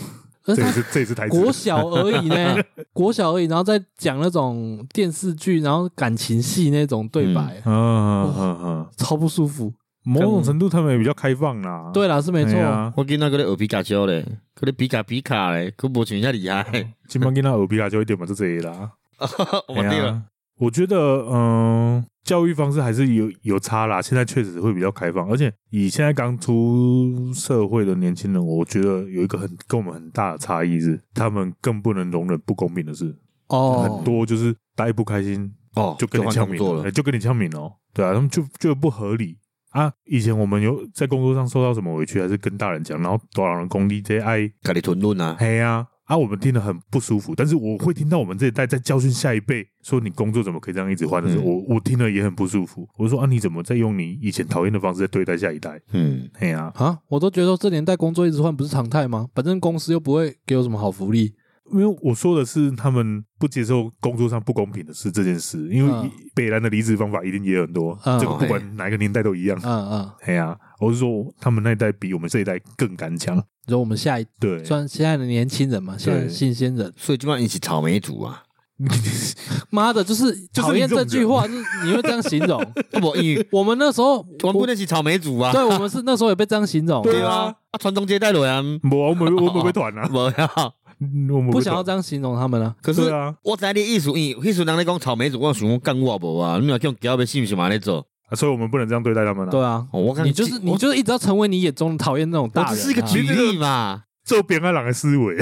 A: 而
C: 这
A: 且
C: 也
A: 他
C: 是这也是台词。
A: 国小而已 呢，国小而已，然后再讲那种电视剧，然后感情戏那种对白，
B: 嗯
C: 啊啊啊啊！
A: 超不舒服。
C: 某种程度他们也比较开放啦。
A: 对啦，是没
C: 哎呀，
A: 错，
B: 我跟那个耳皮卡丘嘞，个咧皮卡皮卡嘞，佫无像遐厉 害。
C: 金邦跟他耳皮啦就一点嘛，就这一啦。
B: 哦我
C: 哎
B: 对
C: 呀
B: 了，
C: 我觉得，嗯、教育方式还是有有差啦。现在确实会比较开放，而且以现在刚出社会的年轻人，我觉得有一个很跟我们很大的差异是，他们更不能容忍不公平的事，
A: 哦
C: 很，多就是大家一不开心
B: 哦，
C: 就跟你
B: 换
C: 呛
B: 工
C: 民
B: 作
C: 哎
B: 了，
C: 就跟你呛民哦，对啊，他们就就不合理啊。以前我们有在工作上受到什么委屈，还是跟大人讲，然后大人功力这爱
B: 家己吞论啊，
C: 嘿呀、啊，我们听得很不舒服，但是我会听到我们这一代在教训下一辈，说你工作怎么可以这样一直换的时候，
B: 嗯
C: 我我听了也很不舒服。我说啊，你怎么在用你以前讨厌的方式在对待下一代？
B: 嗯，
C: 嘿呀、
A: 啊，我都觉得这年代工作一直换不是常态吗？反正公司又不会给我什么好福利。
C: 因为我说的是他们不接受工作上不公平的事这件事，因为
A: 嗯
C: 北兰的离职方法一定也很多，
A: 嗯
C: 这个不管哪个年代都一样。
A: 嗯嗯，
C: 嘿呀、我是说他们那一代比我们这一代更敢讲，
A: 你说我们下一
C: 对，
A: 算现在的年轻人嘛，现在的新鲜 人，
B: 所以基本上你是草莓族啊，
A: 妈的，就是
C: 就是
A: 讨厌
C: 你这种
A: 这句
C: 人
A: 话，就是你会这样形 容。
B: 啊无 因为
A: 我们那时候，
B: 我们不
A: 我
B: 能是草莓族 啊，
A: 对我们是那时候也被这样形容，
B: 对啊，啊传宗接代落啊，
C: 我我们我们被团啊，
B: 无呀，
C: 嗯我们
A: 不想要这样形容他们啊。
B: 可
C: 对
B: 是。
C: 啊，
B: 我知你的意思，因为迄时阵人咧讲草莓族，我想讲干我无啊，你若叫叫要是毋是嘛咧做？
C: 所以我们不能这样对待他们啊。
A: 对啊，
B: 哦，我看
A: 你就是你
B: 我
A: 就是一直要成为你眼中讨厌那种大
B: 我
A: 人、啊，
B: 只是一个举例嘛，
C: 这边阿朗的思维，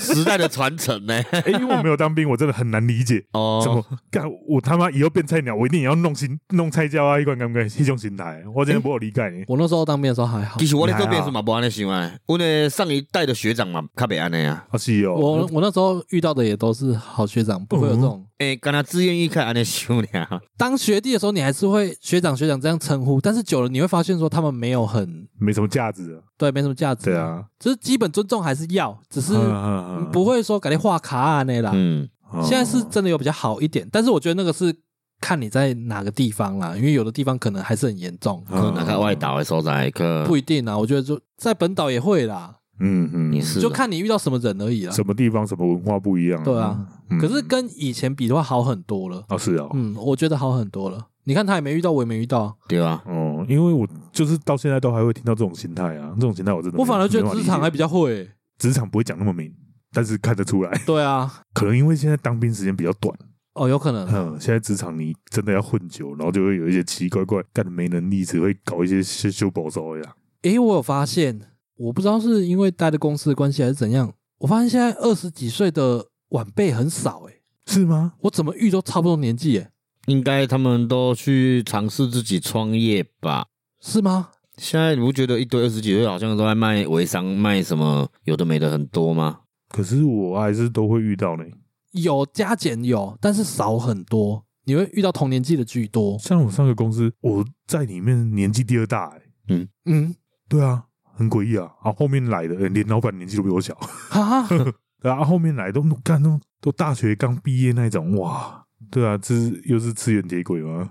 B: 时代的传承呢。
C: 哎、因为我没有当兵，我真的很难理解怎么
B: 哦，
C: 干、我他妈以后变菜鸟，我一定也要弄新弄菜椒啊，一贯干不干这种心态，我真的不好理解呢。
A: 我那时候当兵的时候还好
B: 其，实我咧做变数嘛，无安尼想诶。阮诶上一代的学长嘛，较袂安尼啊。
C: 啊是哦，
A: 我我那时候遇到的也都是好学长，不会有这种。
B: 诶，敢若自愿意看安尼想啊俩，
A: 当学弟的时候，你还是会学长学长这样称呼，但是久了你会发现说他们没有很
C: 没什么价值啊。
A: 对，没什么价值。
C: 对，啊，
A: 就是基本尊重还是要，只是
C: 嗯
A: 不会说改天画卡啊那啦。
B: 嗯，
A: 现在是真的有比较好一点，但是我觉得那个是看你在哪个地方啦，因为有的地方可能还是很严重，
B: 可能若较嗯外岛诶所在，可
A: 不一定啊。我觉得就在本岛也会啦，
C: 嗯嗯，
B: 你是
A: 就看你遇到什么人而已啦。
C: 什么地方什么文化不一样、
A: 对啊
C: 嗯，
A: 可是跟以前比的话，好很多了。
C: 哦是哦，
A: 嗯，我觉得好很多了。你看他也没遇到，我也没遇到啊，
B: 对啊。
C: 哦，因为我就是到现在都还会听到这种心态啊，这种心态我真的没
A: 我反而觉
C: 没办
A: 得
C: 法理
A: 职
C: 解
A: 场还比较会欸、
C: 职场不会讲那么明，但是看得出来，
A: 对啊，
C: 可能因为现在当兵时间比较短。
A: 哦，有可 能。
C: 嗯，现在职场你真的要混久，然后就会有一些奇奇怪怪，干的没能力，只会搞一些修修保守呀。
A: 诶，我有发现，我不知道是因为待的公司的关系还是怎样，我发现现在二十几岁的晚辈很少、欸，
C: 是吗？
A: 我怎么遇都差不多年纪、欸，
B: 应该他们都去尝试自己创业吧。
A: 是吗？
B: 现在你不觉得一堆二十几岁好像都在卖微商，卖什么有的没的很多吗？
C: 可是我还是都会遇到呢。
A: 有加减有，但是少很多。你会遇到同年纪的居多。
C: 像我上个公司，我在里面年纪第二大、欸，
A: 嗯，
C: 对啊，很诡异啊。啊，后面来的、呃连老板年纪都比我小，
A: 哈哈，
C: 对啊，后面来都干都都大学刚毕业那种，哇，对啊，这是又是资源铁轨吗？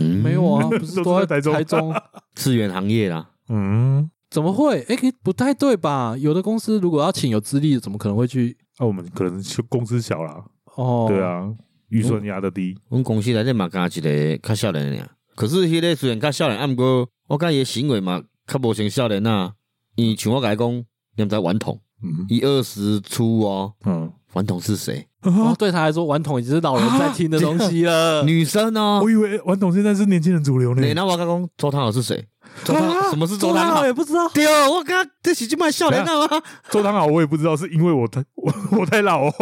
B: 嗯，
A: 没有 啊，不是都在
C: 都在台中
A: 台中？
B: 资源行业啦。
C: 嗯，
A: 怎么会？诶，可不太对吧？有的公司如果要请有资历的，怎么可能会去？
C: 那、啊我们可能就公司小啦，
A: 哦，
C: 对，啊，预算压得低，
B: 阮公司内底嘛，敢一个较少年俩，可是迄个虽然较少年，啊，毋过我感觉伊的行为嘛，较无像少年啊。伊像我甲伊讲，你毋知顽童，
C: 嗯
B: 伊二十出哦，
C: 嗯。
B: 顽童是谁？
A: 哦，对他来说，顽童已经是老人在听的东西 了。
B: 女生哦
C: 我。以为顽童现在是年轻人主流呢。
B: 你那我甲讲周汤豪是谁？周汤豪什么是嗯啊周汤豪
A: 我？也不知道。
B: 对哦，我感觉这是即卖少年啊吗？
C: 周汤豪我也不知道，是因为我太我我太老哦。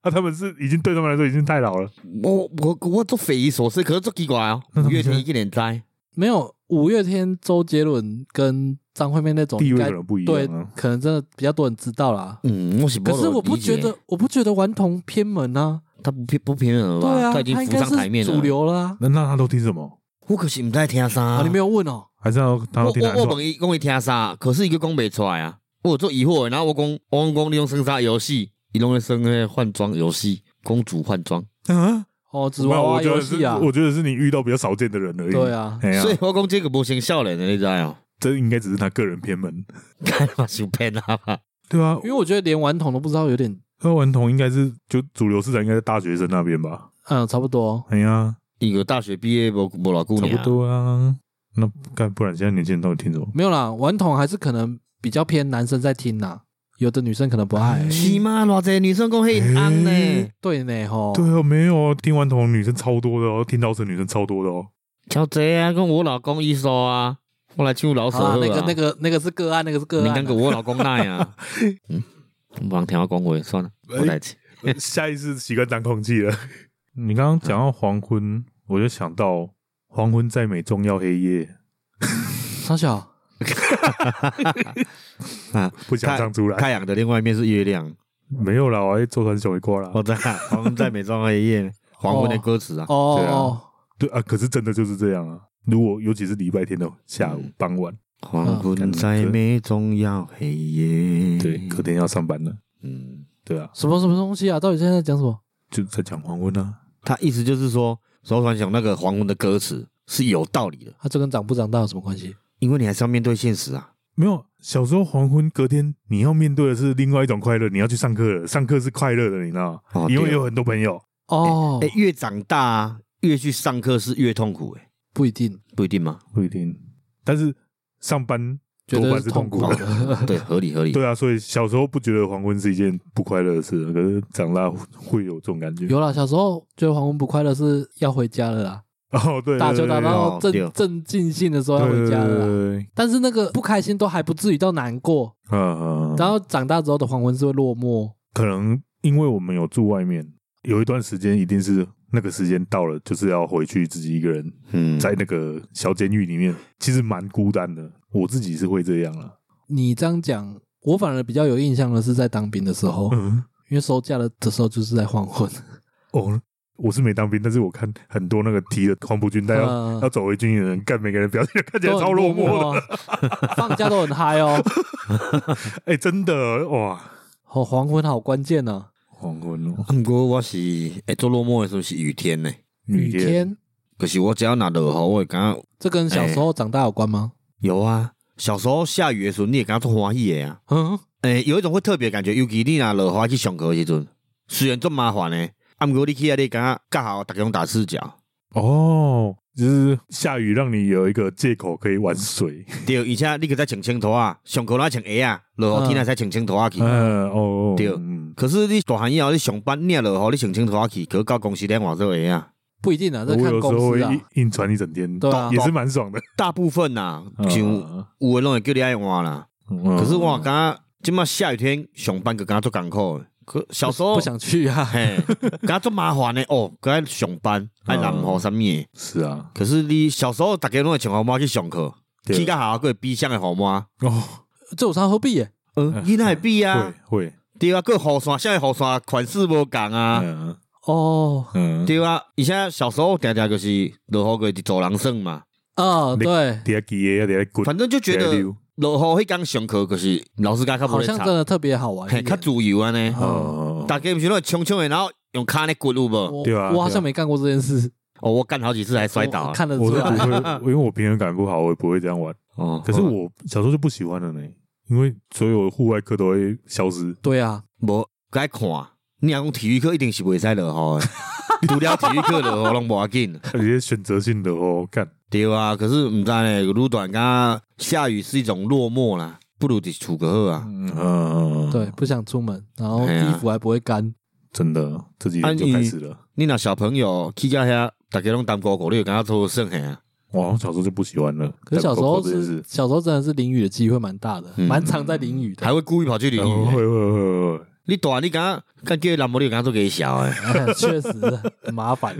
C: 啊，他们是已经对他们来说已经太老了。
A: 哦
B: 我我我做匪夷所思， 可是做奇怪哦。
C: 那他
B: 五
C: 们
B: 月
C: 现在
B: 天一脸栽，
A: 没有，五月天、周杰伦跟张惠妹那种
C: 地
A: 应
C: 位
A: 该
C: 可能不一
A: 对
C: 样啊，。
A: 可能真的比较多人知道啦。
B: 嗯，我是
A: 可是
B: 怎么
A: 我不
B: 理解
A: 觉得，我不觉得顽童偏门啊，
B: 他不偏不偏人了吧？
A: 对啊，
B: 他已经
A: 应
B: 浮
A: 该
B: 上台面
A: 是
B: 了。
A: 主流啦。
C: 那那他都听什么？
B: 我可是唔知听啥、
A: 啊，你没有问哦，
C: 还是要他
B: 我
C: 要听哪
B: 我我
C: 首？
B: 问伊讲伊听啊啥，可是伊个讲袂出来啊。我有做疑惑的，然后我讲我讲你用生啥游戏？伊拢咧生那个换装游戏，公主换装。
C: 啊，
A: 哦，纸
C: 没
A: 娃
C: 有，我
A: 娃
C: 觉
A: 游
C: 得是
A: 戏啊，
C: 我觉得是你遇到比较少见的人而已。
A: 对 啊，
C: 哎呀
B: 所，以我讲这个无成少年的，你知 哦？
C: 这应该只是他个人偏门。
B: 该嘛想骗啊吧？
C: 对啊
A: 因，为我觉得连顽童都不知道，有点
C: 柯文彤应该是就主流市场应该是大学生那边吧？
A: 嗯，差不多。
C: 哎呀，
B: 伊个大学毕业无无偌久
C: 差
B: 呢，
C: 不多啊。那干不然现在年轻人到底听什么？
A: 没有啦，顽童还是可能比较偏男生在听啦，有的女生可能不
C: 哎
A: 爱。
B: 是吗？偌济女生讲迄红呢
C: 欸，
A: 对呢，吼，
C: 对啊，没有啊，听完童女生超多的哦，听到声女生超多的 哦。
B: 超济啊！跟我老公一说啊，我来唱老手
A: 好啦
B: 好
A: 那个
B: 啊
A: 那个那个是个案，那个是个
B: 你
A: 案
B: 敢给
A: 啊。
B: 我老公那样、 啊？嗯，不听我讲话，算了，
C: 哎
B: 不来气。
C: 下意识习惯当空气了。你刚刚讲到黄昏，我就想到黄昏再美终要黑夜，
A: 超小，
C: 不想唱出来。
B: 太阳的另外一面是月亮，
C: 没有啦，我还做成小一瓜啦。
B: 哦我在黄昏在美妆黑夜， 黄昏的歌词啊
A: 哦，哦
C: 对啊
A: 哦，
C: 对啊，可是真的就是这样啊。如果尤其是礼拜天的下午、
B: 嗯
C: 傍晚，
B: 黄昏在美中要黑夜。
C: 对，隔天要上班了，
B: 嗯，
C: 对啊，
A: 什么什么东西啊？到底现在在讲什么？
C: 就在讲黄昏啊。
B: 他意思就是说，手传雄那个黄昏的歌词是有道理的，
A: 它这跟长不长大有什么关系？
B: 因为你还是要面对现实啊。
C: 没有，小时候黄昏隔天你要面对的是另外一种快乐，你要去上课了，上课是快乐的，你知道吗？
B: 哦
C: 因为
B: 对
C: 有很多朋友，
A: 哦
B: 哎、，越长大、啊、越去上课是越痛苦、欸，哎，
A: 不一定，
B: 不一定吗？
C: 不一定，但是上班
A: 绝
C: 多
A: 对
C: 半
A: 是
C: 是
A: 痛
C: 痛
A: 苦
C: 苦
A: 的
C: 的。
B: 对，合理合 理。
C: 对啊，所以小时候不觉得黄昏是一件不快乐的事，可是长大会有这种感觉。
A: 有啦，小时候觉得黄昏不快乐是要回家了啦，
C: 哦，对，
A: 打球打到
B: 哦对
A: 正
B: 哦
A: 正尽兴的时候要
C: 对对
A: 回家
C: 对
A: 了啦。
C: 对，
A: 但是那个不开心都还不至于到难过，
C: 呃，
A: 然后长大之后的黄昏是会落寞，
C: 可能因为我们有住外面，有一段时间一定是那个时间到了，就是要回去自己一个人
B: 嗯，
C: 在那个小监狱里面，其实蛮孤单的。我自己是会这样了，
A: 你这样讲，我反而比较有印象的是在当兵的时候，
C: 嗯，
A: 因为收假的的时候就是在黄 昏。
C: 哦。我是没当兵，但是我看很多那个提的黄埔军带要、
A: 嗯
C: 要走回军营的人，干每个人表情看起来
A: 都很
C: 超落寞的。
A: 寞的， 放假都很嗨哦。
C: 哎、真的哇，
A: 哦，黄昏好关键呢、
C: 黄昏哦，
B: 啊，不过我是会做落寞的时候是雨天呢、
A: 雨天，
B: 可是我只要拿到雨，我会感觉
A: 这跟小时候长大有关吗？
B: 有啊。小时候下雨的时候，你也感觉做欢喜的啊。
A: 嗯，
B: 诶、有一种会特别的感觉，尤其你若落雨去上课的时阵，虽然足麻烦的，啊，毋过你去啊，你感觉刚好逐个拢打赤脚，
C: 哦，就是下雨让你有一个借口可以玩水。
B: 对，而且你搁再穿青头啊，上课哪穿鞋啊，落雨天啊才穿青头啊去。
C: 嗯，哦，
B: 对
C: 嗯
B: 可是你大汉以后你上班，你若落雨你穿青头啊去，可是到公司咧换做鞋啊。
A: 不一定啊，这
C: 我
A: 看
C: 有时候
A: 公
C: 会
A: 司啊
C: 硬。硬传一整天，
A: 对啊
C: 也是蛮爽的。
B: 大部分呐、啊，像
C: 嗯
B: 有的拢会叫你爱换啦。
C: 嗯
B: 可是我感觉即马下雨天上班，个感觉足艰苦的。可小时候
A: 不想去啊，
B: 嘿，感觉足麻烦的哦，搁爱上班，
C: 嗯
B: 爱南雨啥物的。
C: 是啊，
B: 可是你小时候逐家拢会穿雨帽去上课，
C: 对
B: 去到下个比箱的雨帽，
C: 哦，
A: 这有啥何必耶？
B: 嗯，囡仔会比
C: 会
B: 啊，
C: 会，
B: 对啊，个雨伞，现在雨伞款式无共啊，
C: 嗯
A: 哦，
C: 嗯，
B: 对啊，而且小时候定定就是落雨个伫走廊耍嘛，
A: 啊，
C: 你
A: 对，
C: 底下记的底啊下滚，
B: 反正就觉
C: 在
B: 得
C: 溜
B: 落雨迄工上课，就是老师甲较无
A: 好
B: 咧
A: 像
B: 吵
A: 真，的特别好玩一
B: 嘿，
A: 点。
B: 较自由安
A: 嗯
B: 尼，
C: 哦，
B: 大家毋是拢冲冲的，然后用骹咧滚有无？
A: 我
C: 对啊
A: 我好
C: 对啊
A: 像没干过这件事，
B: 哦，我干好几次还摔倒
A: 我
B: 啊
A: 哦我。看得
C: 我
A: 出
C: 都不
A: 来。
C: 会，因为我平衡感不好，我也不会这样玩。
B: 哦，
C: 可是我小时候就不喜欢了呢，因为所有户外课都会消失。
A: 对啊，
B: 无该看，你若讲体育课一定是袂使落 雨的，除了体育课落雨拢无要紧。
C: 而且选择性的哦，干
B: 对啊，可是毋知呢，愈短敢下雨是一种落寞啦，不如伫厝个好啊。
C: 嗯，
A: 对，，不想出门，然后
B: 哎呀
A: 衣服还不会干，
C: 真的，
A: 啊
C: 这几天就开始了。
B: 你若小朋友去到遐，逐家拢当哥哥，你就感觉做耍嘿啊。
C: 哇，我小时候就不喜欢了。
A: 可是小时候
C: 戴口罩这
A: 是
C: 件事，
A: 小时候真的是淋雨的机会蛮大的，
B: 嗯
A: 蛮常在淋雨的
B: 还。会故意跑去淋
C: 然哦后会
A: 哦
B: 雨。
C: 会会会会，
B: 你大你敢敢叫伊男朋友敢做给小诶？
A: 哎 确实很麻烦。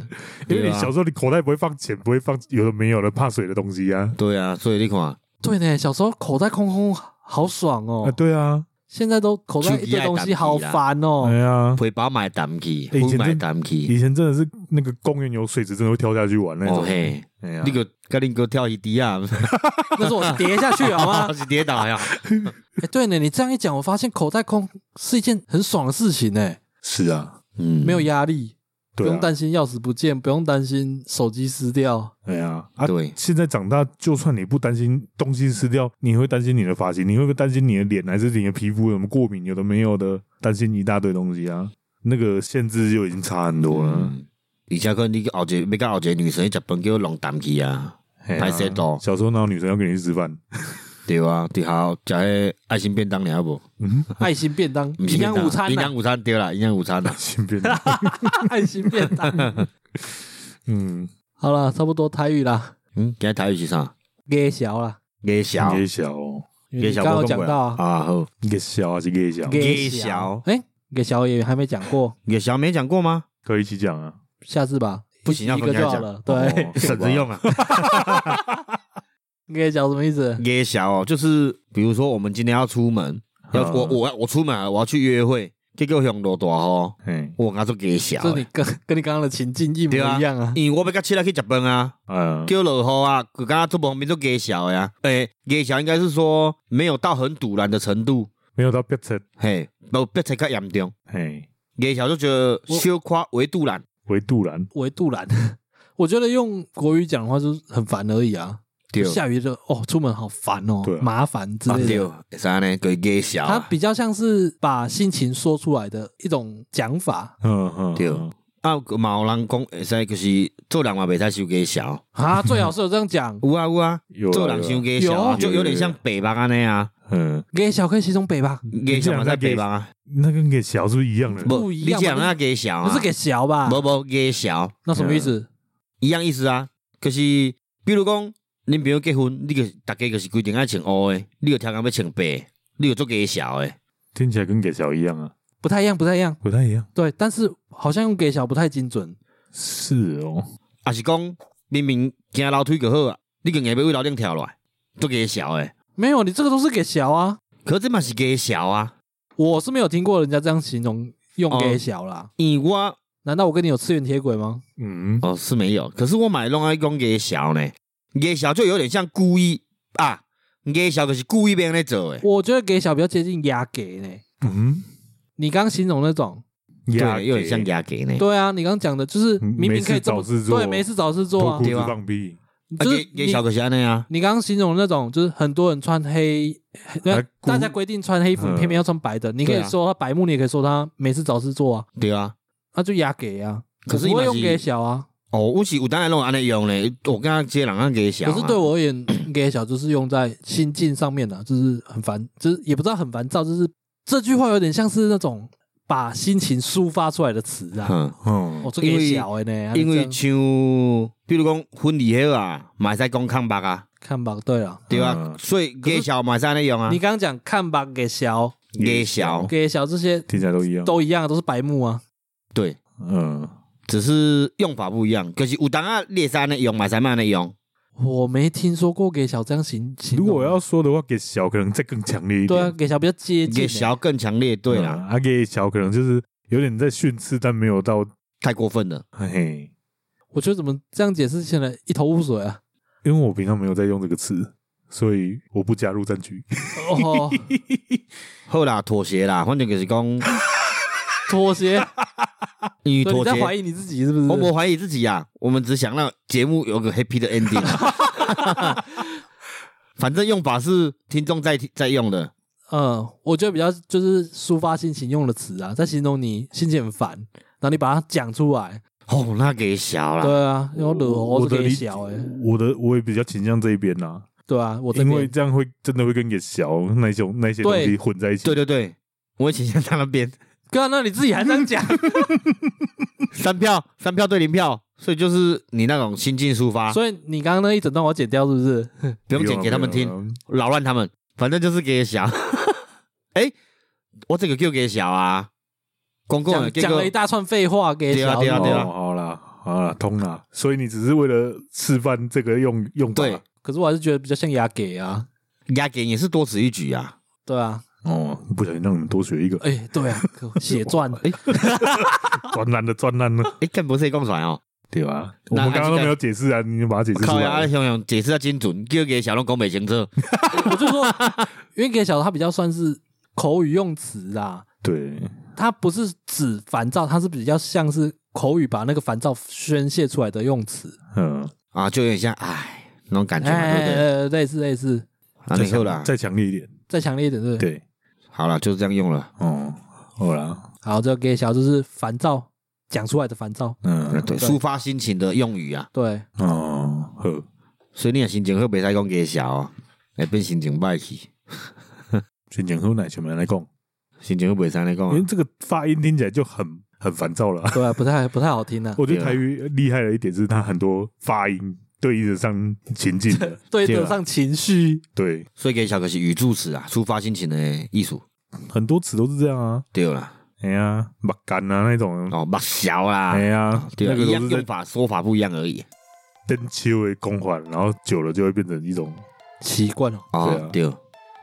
C: 因为
B: 对
C: 你
B: 啊
C: 小时候你口袋不会放钱，不会放有的没有的怕水的东西啊。
B: 对啊，所以你看，
A: 对呢，小时候口袋空空好爽哦
C: 啊，，对啊，
A: 现在都口袋一堆东西好烦哦
C: 哎。呀，
B: 皮包买单去，
C: 欸以前
B: 粉买
C: 真
B: 单去。
C: 以前真的是那个公园有水池，真的会跳下去玩那
B: 哦
C: 种。
B: 嘿，
C: 哎呀
B: 你，个跟恁哥跳一滴 啊，？
A: 那是我跌下去好吗
B: 哦 是跌倒呀。
A: 哎，对呢，你这样一讲，我发现口袋空是一件很爽的事情呢，
C: 是啊，
B: 嗯，
A: 没有压力，不
C: 对
A: 用
C: 啊，
A: 担心钥匙不见，不用担心手机失 掉。
C: 哎呀，啊，
B: 对
C: 现在长大，就算你不担心东西吃掉，你会担心你的发型，你会不会担心你的脸，还是你的皮肤有什么过敏，有的没有的，担心一大堆东西啊。那个限制就已经差很多了。
B: 嗯而且可能你后一个要甲后一个女生食饭叫弄淡去啊，
C: 嘿啊
B: 拍摄到
C: 小时候哪有女生要跟你去吃饭？
B: 对啊，对好食迄爱心便当了无？
C: 嗯，。
A: 爱心便当、
B: 不是
A: 营养
B: 嗯便当
A: 午餐
B: 营
A: 呐
B: 养，午餐啊对啦，营养午餐啦啊
C: 性 别，
A: 爱心便当。
C: 嗯，
A: 好了，差不多台语啦，
B: 嗯，今日台语是啥？
A: 给小啦，
B: 夜宵，
C: 夜宵哦，
A: 因为
B: 夜
A: 你
B: 宵
A: 刚刚有
B: 我
A: 讲到啊，
B: 啊，好，
C: 夜宵还是夜宵，
A: 给
B: 给小
A: 哎，给小也还没讲过，
B: 夜宵没讲过吗？
C: 可以一起讲啊。
A: 下次吧，
B: 不行，要
A: 一个
B: 分开
A: 就好
B: 讲
A: 了。对，
C: 哦
B: 省着用啊。
A: 给小什么意思？
B: 夜宵哦，就是比如说我们今天要出门，要
C: 嗯
B: 我我要我出门了，我要去约会，结果向落大雨，
C: 嗯嘿，
B: 我跟他做夜宵
A: 就你
B: 的，
A: 跟跟你刚刚的情境一模
B: 对啊
A: 一样啊。
B: 因为我要甲起来去食饭啊。
C: 嗯，
B: 叫落雨啊，佮刚刚做旁边做给小呀，诶、给小应该是说没有到很堵然的程度，
C: 没有到别册，
B: 嘿，无别才较严重，
C: 嘿，
B: 给小就觉得小夸为堵然，
C: 维杜兰，
A: 维杜兰， 我觉得用国语讲的话就是很烦而已啊。
B: 对，
A: 下雨就哦，出门好烦哦
C: 对，啊
A: 麻烦之
B: 啊
A: 类
B: 对
A: 的。，
B: 啥呢？给给小
A: 它
B: 啊，
A: 比较像是把心情说出来的一种讲法
C: 嗯嗯，
B: 对
C: 嗯
B: 啊，嘛有人讲会使就是做人嘛袂使收给小，
A: 啊，最好是有这样讲。
B: 有啊有啊，
C: 有啊
B: 做人
C: 有
B: 收
C: 啊
B: 给小、
A: 有
B: 啊，
A: 啊
B: 就有点像北方安尼啊，
C: 嗯，
A: 给小可以其中北吧，
B: 给小嘛在北方啊，
C: 那跟夜宵是不是一样的？
A: 不一
B: 你
A: 样嘛
B: 讲那给小啊，
A: 不是给小吧？
B: 无无给小，
A: 那什么意思？
B: 一样意思啊。就是比如讲，恁朋友结婚，你就大家就是规定爱穿乌的，你就挑工要穿白的，你就做给小的。
C: 听起来跟夜宵一样啊，
A: 不太一样，不太一样。
C: 不太一样。
A: 对，但是好像用给小不太精准。
C: 是哦，
B: 啊是讲明明行楼梯就好啊，你就硬要为楼顶跳落来，做给小的。
A: 没有，你这个都是给小啊。
B: 可这嘛是给小啊，
A: 我是没有听过人家这样形容
B: 哦
A: 用给小啦。
B: 因为我
A: 难道我跟你有次元铁轨吗？
C: 嗯，
B: 哦是没有，可是我买弄爱讲给小呢，给小就有点像故意啊，给小就是故意变来做的。
A: 我觉得给小比较接近压给呢。
C: 嗯，
A: 你刚形容那种，
C: 压
B: 对，有点像
C: 给
B: 压给呢。
A: 对啊，你刚讲的就是
C: 嗯
A: 明明可以这
C: 没
A: 么
C: 事找事做
A: 对，没事找事做
C: 脱
A: 啊
C: 裤，
B: 对
C: 子
B: 啊
C: 放屁，
B: 啊，
A: 就是
B: 给给小
A: 你
B: 就是安尼啊，
A: 你刚刚形容那种，就是很多人穿黑，
C: 还
A: 对
C: 故，
A: 大家规定穿黑衣服，
C: 嗯
A: 你偏偏要穿白的，你可
B: 对
A: 以
B: 啊
A: 说他白目，你也可以说他没事找事做啊，
B: 对啊。
A: 那就压给啊。
B: 可是
A: 我不会
B: 你嘛
A: 用
B: 是
A: 给小啊，
B: 哦，我是有当然拢安尼用咧，我感觉这个人安给小啊
A: 可
B: 嘛。
A: 是对我而言，给小就是用在心境上面的、就是很烦，就是也不知道很烦躁，就是这句话有点像是那种把心情抒发出来的词啊。
B: 哼，
A: 我
C: 嗯，
A: 这给小的呢，
B: 因为
A: 啊你这样
B: 像比如讲婚礼迄啊，嘛会使讲空白啊，
A: 看吧，对了，
B: 对啊
C: 嗯，
B: 所以给小嘛会使安尼用啊
A: 你，刚刚讲看吧，给小
B: 给小
A: 给小这些
C: 听起来都一样，
A: 都一样，都是白目啊。
B: 对，
C: 嗯，
B: 只是用法不一样。可是有当啊，你会使安尼用，嘛会使安尼用。
A: 我没听说过给小这样形形
C: 如
A: 容。
C: 果要说的话，给小可能再更强烈一点，
A: 对啊，给小比较接近、
B: 给小更强烈，对
C: 嗯
B: 啦，
C: 啊，给小可能就是有点在训斥，但没有到
B: 太过分了。
C: 嘿，
A: 我觉得怎么这样解释起来一头雾水啊。
C: 因为我平常没有在用这个词，所以我不加入战局。
A: 哦，
B: 好啦，妥协啦，反正就 是讲，
A: 妥 协，
B: 因为
A: 所以你
B: 妥
A: 在怀
B: 协。
A: 疑你自己是不是？
B: 我不怀疑自己啊，我们只想让节目有个 happy 的 ending。反正用法是听众在在用的，
A: 嗯，我觉得比较就是抒发心情用的词啊，在形容你心情很烦，然后你把它讲出来。
B: 哦，那给小啦，
A: 对啊，然后惹
B: 哦
C: 我
A: 火
C: 我
A: 是
C: 的
A: 给
C: 理
A: 小
B: 欸
A: 哎、
C: 我的我也比较倾向这一边啦，
A: 对啊，我这
C: 因为
A: 边
C: 这样会真的会跟给小那一种那一些东西
A: 对
C: 混在一起。
B: 对对对，我也倾向他那边
A: 哥，那你自己还这样讲，
B: 三票，三票对零票，所以就是你那种心境抒发，
A: 所以你刚刚那一整段我要剪掉是不是？
B: 不用剪给他们
C: 不
B: 听，
C: 用啊，
B: 扰乱他们，反正就是给小。 哎，我这个就给小啊，公共的
A: 讲
B: 结
A: 讲
B: 果
A: 了一大串废话给
B: 对啊
A: 小，
B: 对啊
C: 不
B: 对
C: 用
B: 啊
C: 哦好啦好啦，通啦。所以你只是为了示范这个用用法。
B: 对
A: 可是我还是觉得比较像牙给啊。
B: 雅典也是多此一举啊。
A: 对啊，
B: 哦，
C: 不小心让你们多学 一个
A: 哎、对啊，可血赚，哎、
C: 专栏的专栏呢，
B: 哎，干不是讲出来哦，
C: 对吧？我
B: 那
C: 们刚刚都
B: 还是
C: 没有解释啊，你就把它解释出
B: 靠呀，
C: 来
B: 啊
C: 了。
B: 想想解释较精准，叫给小龙讲北清楚。
A: 我就说，因为给小的它比较算是口语用词啊，
C: 对，
A: 它不是指烦躁，它是比较像是口语把那个烦躁宣泄出来的用词，
C: 嗯，
B: 啊，就有点像哎那种感觉嘛，对不对？
A: 哎，类似类似，
B: 啊，
C: 再
B: 你
C: 强
B: 后啦，
C: 再强烈一点，
A: 再强烈一点，对不对？
C: 对，
B: 好了，就是这样用了。
C: 哦，好啦，
A: 好，这个给小就是烦躁讲出来的烦躁，
C: 嗯，
A: 对
B: 对，抒发心情的用语啊，
A: 对，
C: 哦，好，
B: 所以你的心情好，袂使讲给小哦，会变心情歹去，
C: 先讲后奶前面来
B: 哦
C: 讲，
B: 心情好袂使你讲
C: 因
B: 啊
C: 为。这个发音听起来就很很烦躁 了。
A: 对啊，不太 不太好听啊，
C: 我觉得台语厉害的一点是它很多发音对应得上情境 的，
A: 对
B: 对
A: 得
B: 啊
A: 上情绪，
C: 对，
B: 所以给小可是语助词啊，抒发心情的艺术。
C: 很多词都是这样啊，
B: 对啦，
C: 哎呀，麦干啊那种，
B: 哦，目小啦，
C: 哎呀，
B: 对
C: 那
B: 啊，
C: 个
B: 一
C: 都
B: 样
C: 是
B: 用
C: 在
B: 法说法不一样而已。
C: 登秋为公款，然后久了就会变成一种
A: 习惯哦，
B: 哦，
C: 啊
B: 对，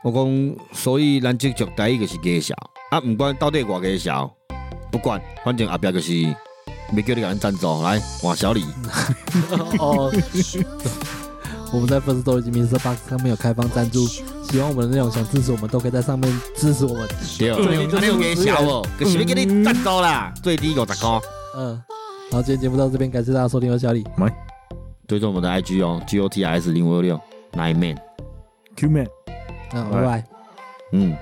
B: 我讲，所以咱这局台语就是给小啊，不管到底偌给小，不管，反正后壁就是没叫你给咱赞助来换小李。
C: 嗯
A: 哦， 我们在 First Story 以及 Mr. Box 上面有开放赞助，喜欢我们的内容想支持我们，都可以在上面支持我们。
B: 对，
A: 对
B: 啊你有给小哦，可是要给你赞助啦，最低五十块。
A: 嗯，好，今天节目到这边，感谢大家收听，我是小李，
B: 追踪我们的 IG 哦，G O T S 零五六六 Nine Man。
C: Q man。
A: 嗯，拜拜。
B: 嗯，